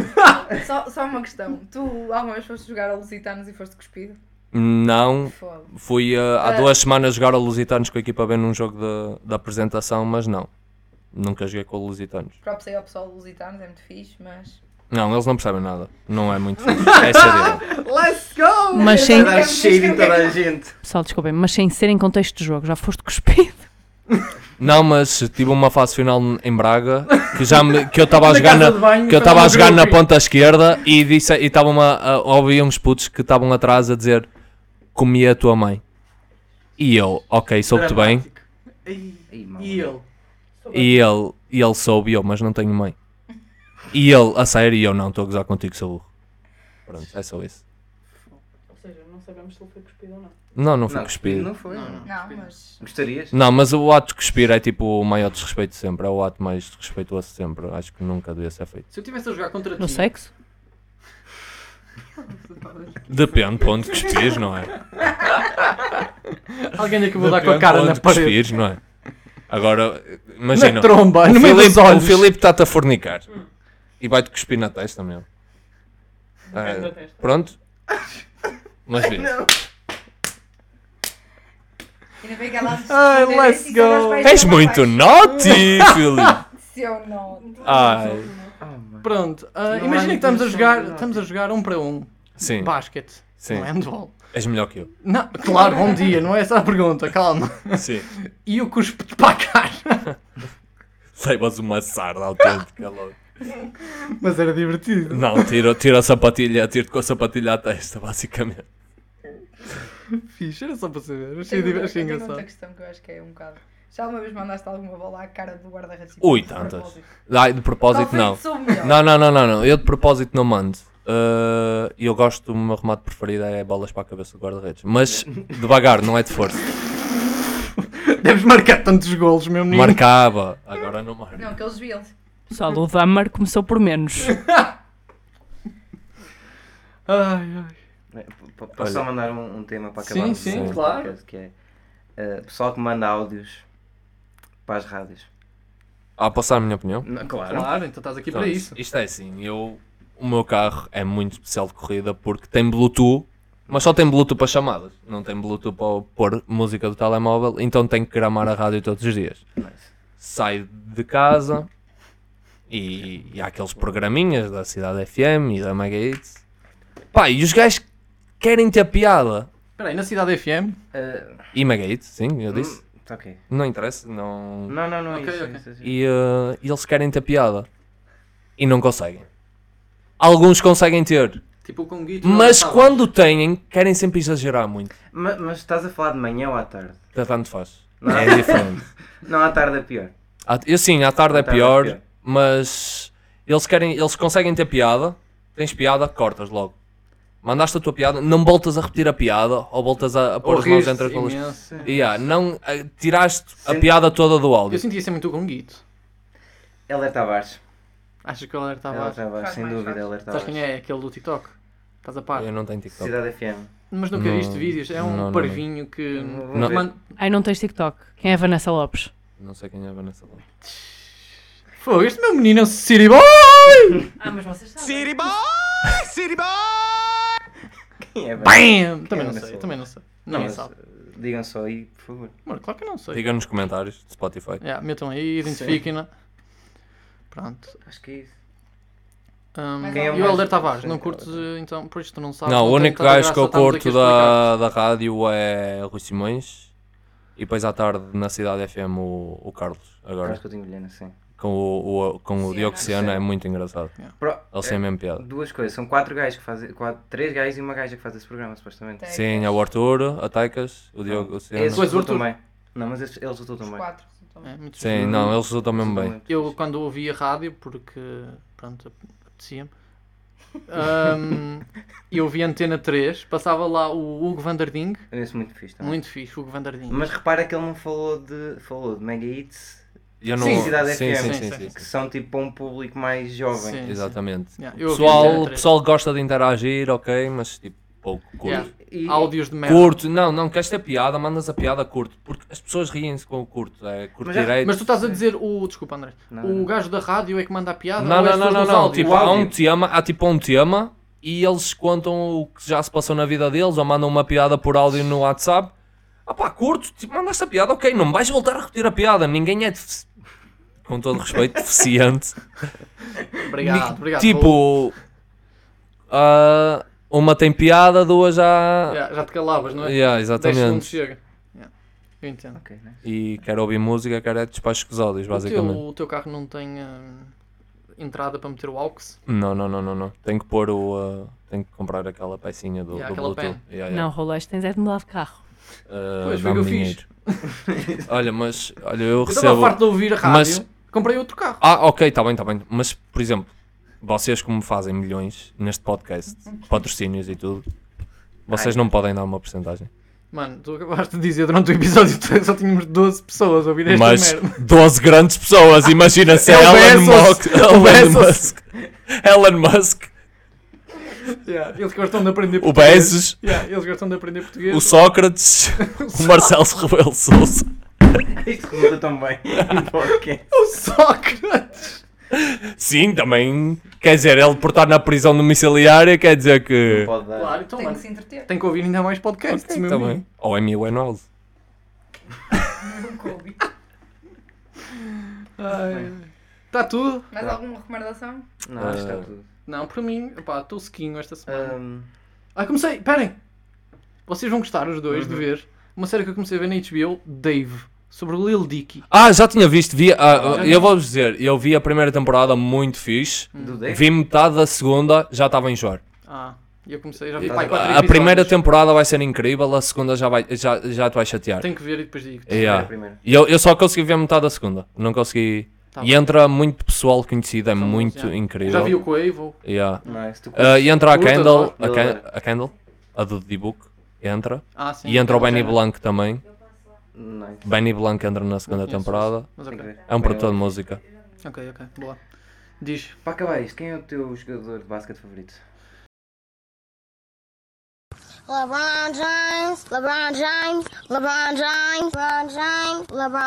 F: Só, só uma questão. Tu alguma vez foste jogar a Lusitanos e foste cuspido?
E: Não,
F: Foda.
E: fui eh, há
F: Ah.
E: duas semanas jogar a Lusitanos com a equipa B num jogo da- da apresentação, mas não. Nunca joguei com a Lusitanos.
F: Props aí ao pessoal de Lusitanos, é muito fixe, mas.
E: Não, eles não percebem nada. Não é muito fixe. É sério.
B: Let's
G: Oh,
B: go!
G: é
A: Mas sem-
B: Vai dar cheiro em toda a gente.
A: Pessoal, desculpem, mas sem ser em contexto de jogo, já foste cuspido.
E: Não, mas tive uma fase final em Braga que, já me- que eu estava a
C: Na
E: jogar
C: casa
E: na,
C: de banho,
E: que eu
C: estava
E: estava a
C: no
E: jogar na
C: grupo.
E: ponta esquerda e disse e estavam a, a- ouvi uns putos que estavam atrás a dizer comi a tua mãe. E eu, ok, soube-te bem.
C: Dramático. E,
B: Ei, mal.
C: e ele?
E: E ele, e ele soube, e eu, mas não tenho mãe. E ele, a sério, e eu não, estou a gozar contigo, sou burro. Pronto, é só isso.
H: Ou seja, não sabemos se ele foi cuspido ou não.
E: Não, não foi
B: Não,
E: cuspido.
B: Não foi.
C: Não, não.
F: Não, mas.
B: Gostarias?
E: Não, mas o ato de cuspir é tipo o maior desrespeito sempre, é o ato mais desrespeituoso sempre. Acho que nunca devia ser feito.
C: Se eu estivesse a jogar contra ti.
A: No sexo?
E: Depende para onde cuspires, não é?
C: Alguém é que vou dar com
E: Depende
C: a cara
E: para
C: na
E: onde
C: parede.
E: cuspires, não é? Agora,
C: Na
E: imagina.
C: tromba,
E: O
C: no meio dos
E: Filipe- o
C: olhos.
E: Filipe está-te a fornicar e vai-te cuspir na testa, meu. Ah, pronto? Mas vê.
F: Ainda bem que ela se
C: Ai,
F: escondeu,
C: let's
F: isso é era os
C: go.
F: pais
E: És
F: dela,
E: muito
F: pais.
E: naughty, Filipe!
F: Seu não.
E: Ai,
C: Pronto, ah,
B: Não há
C: imagina que estamos a
B: nenhum
C: jogar,
B: sentido.
C: estamos a jogar um para um.
E: sim,
C: Basquete.
E: Sim.
C: Não é handball.
E: és melhor que eu.
C: Não, claro, bom dia, não é essa a pergunta, calma.
E: Sim.
C: E eu cuspo-te para a cara.
E: Saibas uma sarda autêntica logo.
C: Mas era divertido.
E: Não, tira, tira a sapatilha, tiro-te com a sapatilha à testa, basicamente.
C: Fixe, era só para saber. Achei,
F: Tenho
C: div-
F: outra-
C: achei
F: eu tenho outra
C: engraçado.
F: questão que eu acho que é um bocado. Já alguma vez mandaste alguma bola à cara do guarda-redes?
E: Ui, tantas. Ai, de propósito, não.
F: Não.
E: Não, não, não, não, não. Eu de propósito não mando. Ah, eu gosto, o meu remate preferido é bolas para a cabeça do guarda-redes. Mas devagar, não é de força.
C: Deves marcar tantos golos, meu menino.
E: Marcava, agora não marca.
F: Não, que eles viam.
A: Pessoal, o Dahmer começou por menos.
C: Ai, ai.
B: É, p- p- Posso só mandar um, um tema para acabar?
C: Sim,
B: o-
C: sim,
B: o
C: claro.
B: podcast, Que é, eh, pessoal que manda áudios para as rádios. Ah,
E: Ah, passar a minha opinião?
B: Não, claro.
C: Claro, então estás aqui para
E: Pronto,
C: isso.
E: Isto é assim, eu, o meu carro é muito especial de corrida porque tem Bluetooth, mas só tem Bluetooth para chamadas. Não tem Bluetooth para pôr música do telemóvel, então tenho que gramar a rádio todos os dias.
B: Nice.
E: Saio de casa e, e há aqueles programinhas da Cidade FM e da Mega Hits. Pá, e os gajos querem ter piada.
C: Espera aí, na cidade FM.
B: Eh,
E: E Mega Hits, sim, eu disse.
B: hum, tá ok.
E: Não interessa, não...
B: Não, não, não é
C: Ok,
B: isso,
C: ok.
B: isso, isso.
E: e eh, eles querem ter piada e não conseguem. Alguns conseguem ter,
C: Tipo o Conguito.
E: mas quando têm, querem sempre exagerar muito.
B: Ma- Mas, estás a falar de manhã ou à tarde?
E: Tá- Tanto faz.
B: Não.
E: É diferente.
B: Não, à tarde é pior.
E: À- Eu sim, à tarde
B: À
E: é
B: tarde é
E: pior,
B: pior.
E: mas eles, querem, eles conseguem ter piada. Tens piada, cortas logo. Mandaste a tua piada, não voltas a repetir a piada ou voltas a, a pôr as mãos entre as bolas. Yeah, não, eh, tiraste a
B: Sente-
E: piada toda do
C: Eu
E: áudio.
C: sentia ser muito o Conguito.
B: Ela é Tavares.
C: Achas que ele estava.
B: Ela é
C: lá?
B: Tavares,
F: Faz
B: sem
F: mais,
B: dúvida,
F: faz.
B: ela é
C: Sabes quem
B: Tavares.
C: é? Aquele do TikTok. Estás a par.
E: Eu não tenho TikTok.
B: Cidade FM.
C: Mas nunca
E: Não.
C: viste vídeos. É
E: Não,
C: um
E: não, não.
C: parvinho que.
B: Vou
E: Não.
B: ver.
C: Man-
A: Ai, não tens TikTok. Quem é a Vanessa Lopes?
E: Não sei quem é a Vanessa Lopes.
C: Foi, este meu menino é um City Boy!
G: Ah, mas vocês sabem.
D: City boy, city boy.
B: Quem é?
C: Bam! Também não
B: Quem é
C: sei,
B: essa?
C: também não sei. Não é
B: Mas,
C: sabe.
B: eh, Digam só aí, por favor.
C: Mano, claro que não sei.
E: Diga nos comentários de Spotify.
C: Yeah, metam aí, identifiquem-na. Pronto.
B: Acho que é isso.
C: Um,
F: Mas
C: e
F: é
C: o
F: um
C: Helder
B: gajo-
C: Tavares, não
B: Sim,
C: curtes
B: Helder.
C: eh, então, por isto tu não sabes.
E: Não, o
C: tem
E: único
C: tanta
E: gajo que eu
C: tá graça estarmos aqui
E: curto
C: a explicar.
E: da, da rádio é Rui Simões e depois à tarde na Cidade FM o, o Carlos, agora
B: Acho que eu tenho Helena, sim.
E: com o, o- com o
F: Sim,
E: Diogo Sena é muito engraçado.
B: Pro-
C: É.
E: Eles têm a mesma piada.
B: Duas coisas, são quatro gajos que fazem. Quatro, três gajos e uma gaja que faz esse programa, supostamente.
C: é
F: Tem.
E: Sim, é o é Arthur, a Taicas, o Diogo
B: Eles
E: Sena.
C: Pois, o
B: resultam
C: Arthur.
B: bem. Não, mas esses- eles resultam
F: Os
B: bem.
F: quatro. também.
C: É, muito
E: Sim, não, ele resultou mesmo bem.
C: Eu quando ouvi a rádio, porque pronto, apetecia-me, ahm, eu vi a Antena 3, passava lá o Hugo Vanderding,
B: Esse muito fixe também.
C: muito fixe, Hugo Vanderding.
B: Mas repara que ele não falou de, falou de Mega Hits,
E: Eu não...
B: Sim, Cidade
E: sim,
B: FM.
E: sim, sim, sim,
B: que são tipo para um público mais jovem.
C: Sim,
E: Exatamente.
C: sim. Yeah,
E: O
C: eu ouvi a
E: pessoal,
C: Antena
E: o
C: 3.
E: pessoal gosta de interagir, ok, mas tipo, pouco curto.
C: Yeah.
B: E,
C: áudios de merda.
E: Curto, não, não, queres ter piada, mandas a piada curto, porque as pessoas riem-se com o curto, é curto
B: Mas é-
E: direito.
C: Mas tu estás a dizer o. Desculpa, André.
B: Não,
C: o
B: não.
C: gajo da rádio é que manda a piada?
E: Não,
C: ou és
E: não, não,
C: tu
E: não,
C: dos
E: não.
C: áudios?
E: Tipo,
B: O
E: há, um
B: áudio.
E: tema, há tipo um tema e eles contam o que já se passou na vida deles ou mandam uma piada por áudio no WhatsApp. Ah pá, curto, tipo, manda esta piada, ok, não vais voltar a repetir a piada. Ninguém é, defici- com todo respeito, deficiente.
C: Obrigado, obrigado.
E: Tipo, ah, uma tem piada, duas já.
C: Yeah, já te calavas, não é?
E: Yeah,
C: 10 segundos
E: exatamente.
C: chega. Yeah. Eu entendo.
B: Ok, né?
E: E quero ouvir música, quero é despachos com os áudios,
C: O
E: basicamente.
C: teu, o teu carro não tem hum, entrada para meter o aux?
E: Não, não, não, não, não. Tenho que pôr o. ah, tenho que comprar aquela pecinha do,
C: Yeah,
E: do
C: aquela
E: Bluetooth. Yeah, yeah.
A: Não, Rolês, tens é de mudar de carro.
E: Uh,
C: Pois, foi o que eu
E: dá-me
C: fiz.
E: dinheiro. olha, mas olha, eu
C: Eu estava
E: recebo.
C: farto de ouvir a rádio,
E: Mas-
C: comprei outro carro.
E: Ah, ok, está bem, está bem. Mas, por exemplo, vocês como fazem milhões neste podcast, patrocínios e tudo, vocês não me podem dar uma porcentagem.
C: Mano, tu acabaste de dizer durante o episódio que só tínhamos 12 pessoas a ouvir esta
E: Mas
C: merda.
E: 12 grandes pessoas, imagina se
C: É
E: é
C: o
E: Elon
C: Bezos,
E: Musk.
C: o
E: Elon
C: Bezos.
E: Musk. Elon Musk,
C: Yeah, eles gostam de aprender
E: o
C: português.
E: Bezos,
C: Yeah, eles gostam de aprender português.
E: o Sócrates, o Marcelo Rebelo de Sousa.
B: Isto Tipo, resulta tão bem. em podcast.
C: O Sócrates!
E: Sim, também. Quer dizer, ele por estar na prisão domiciliária quer dizer que.
B: Pode dar.
C: Claro, então,
F: Tem que
C: mano,
F: se entreter.
C: tem que ouvir ainda mais podcasts, meu amigo.
E: Também. Ou é Amy Winehouse.
F: Covid.
C: Está Tá tudo?
F: Mais alguma recomendação?
B: Não, acho que está tudo. Um,
C: Não, para mim, opá, estou sequinho esta semana.
B: Ahm,
C: Ah, comecei, esperem! Vocês vão gostar, os dois, de ver uma série que eu comecei a ver na HBO, Dave, sobre o Lil Dicky.
E: Ah, já tinha visto, vi, ah,
C: Já
E: eu vou-vos dizer, eu vi a primeira temporada muito fixe,
C: Hum.
B: do Dave?
E: vi metade da segunda, já estava a enjoar.
C: Ah, e eu comecei, já vi
B: E-
C: pai, quatro
E: A- A primeira
C: episódios.
E: temporada vai ser incrível, a segunda já, vai, já, já te vai chatear.
C: Tenho que ver e depois digo.
B: Era a
E: Yeah.
B: primeira.
E: E Eu, eu só consegui ver metade da segunda, não consegui...
C: Tá
E: e
C: bem.
E: entra muito pessoal conhecido, é
C: Famoso,
E: muito
C: yeah.
E: incrível.
C: Já vi o Quavo.
E: Yeah.
B: Nice. Tu
E: Ah, e entra a
C: Curta, tá?
E: Kendall,
B: não?
E: a, Ken- a Kendall, a do D-Book, entra.
C: Ah, sim.
E: E entra o Benny
C: Sim,
E: Blanc também.
B: Nice.
E: Benny Blanc entra na segunda
C: conheço
E: temporada.
C: Mas
B: Tem que
C: ok,
B: ver.
E: É um produtor de
B: Bem,
E: música.
C: ok, ok, boa. Diz.
B: Para acabar isto, quem é o teu jogador de basquete favorito?
I: LeBron James, LeBron James, LeBron James, LeBron James, LeBron.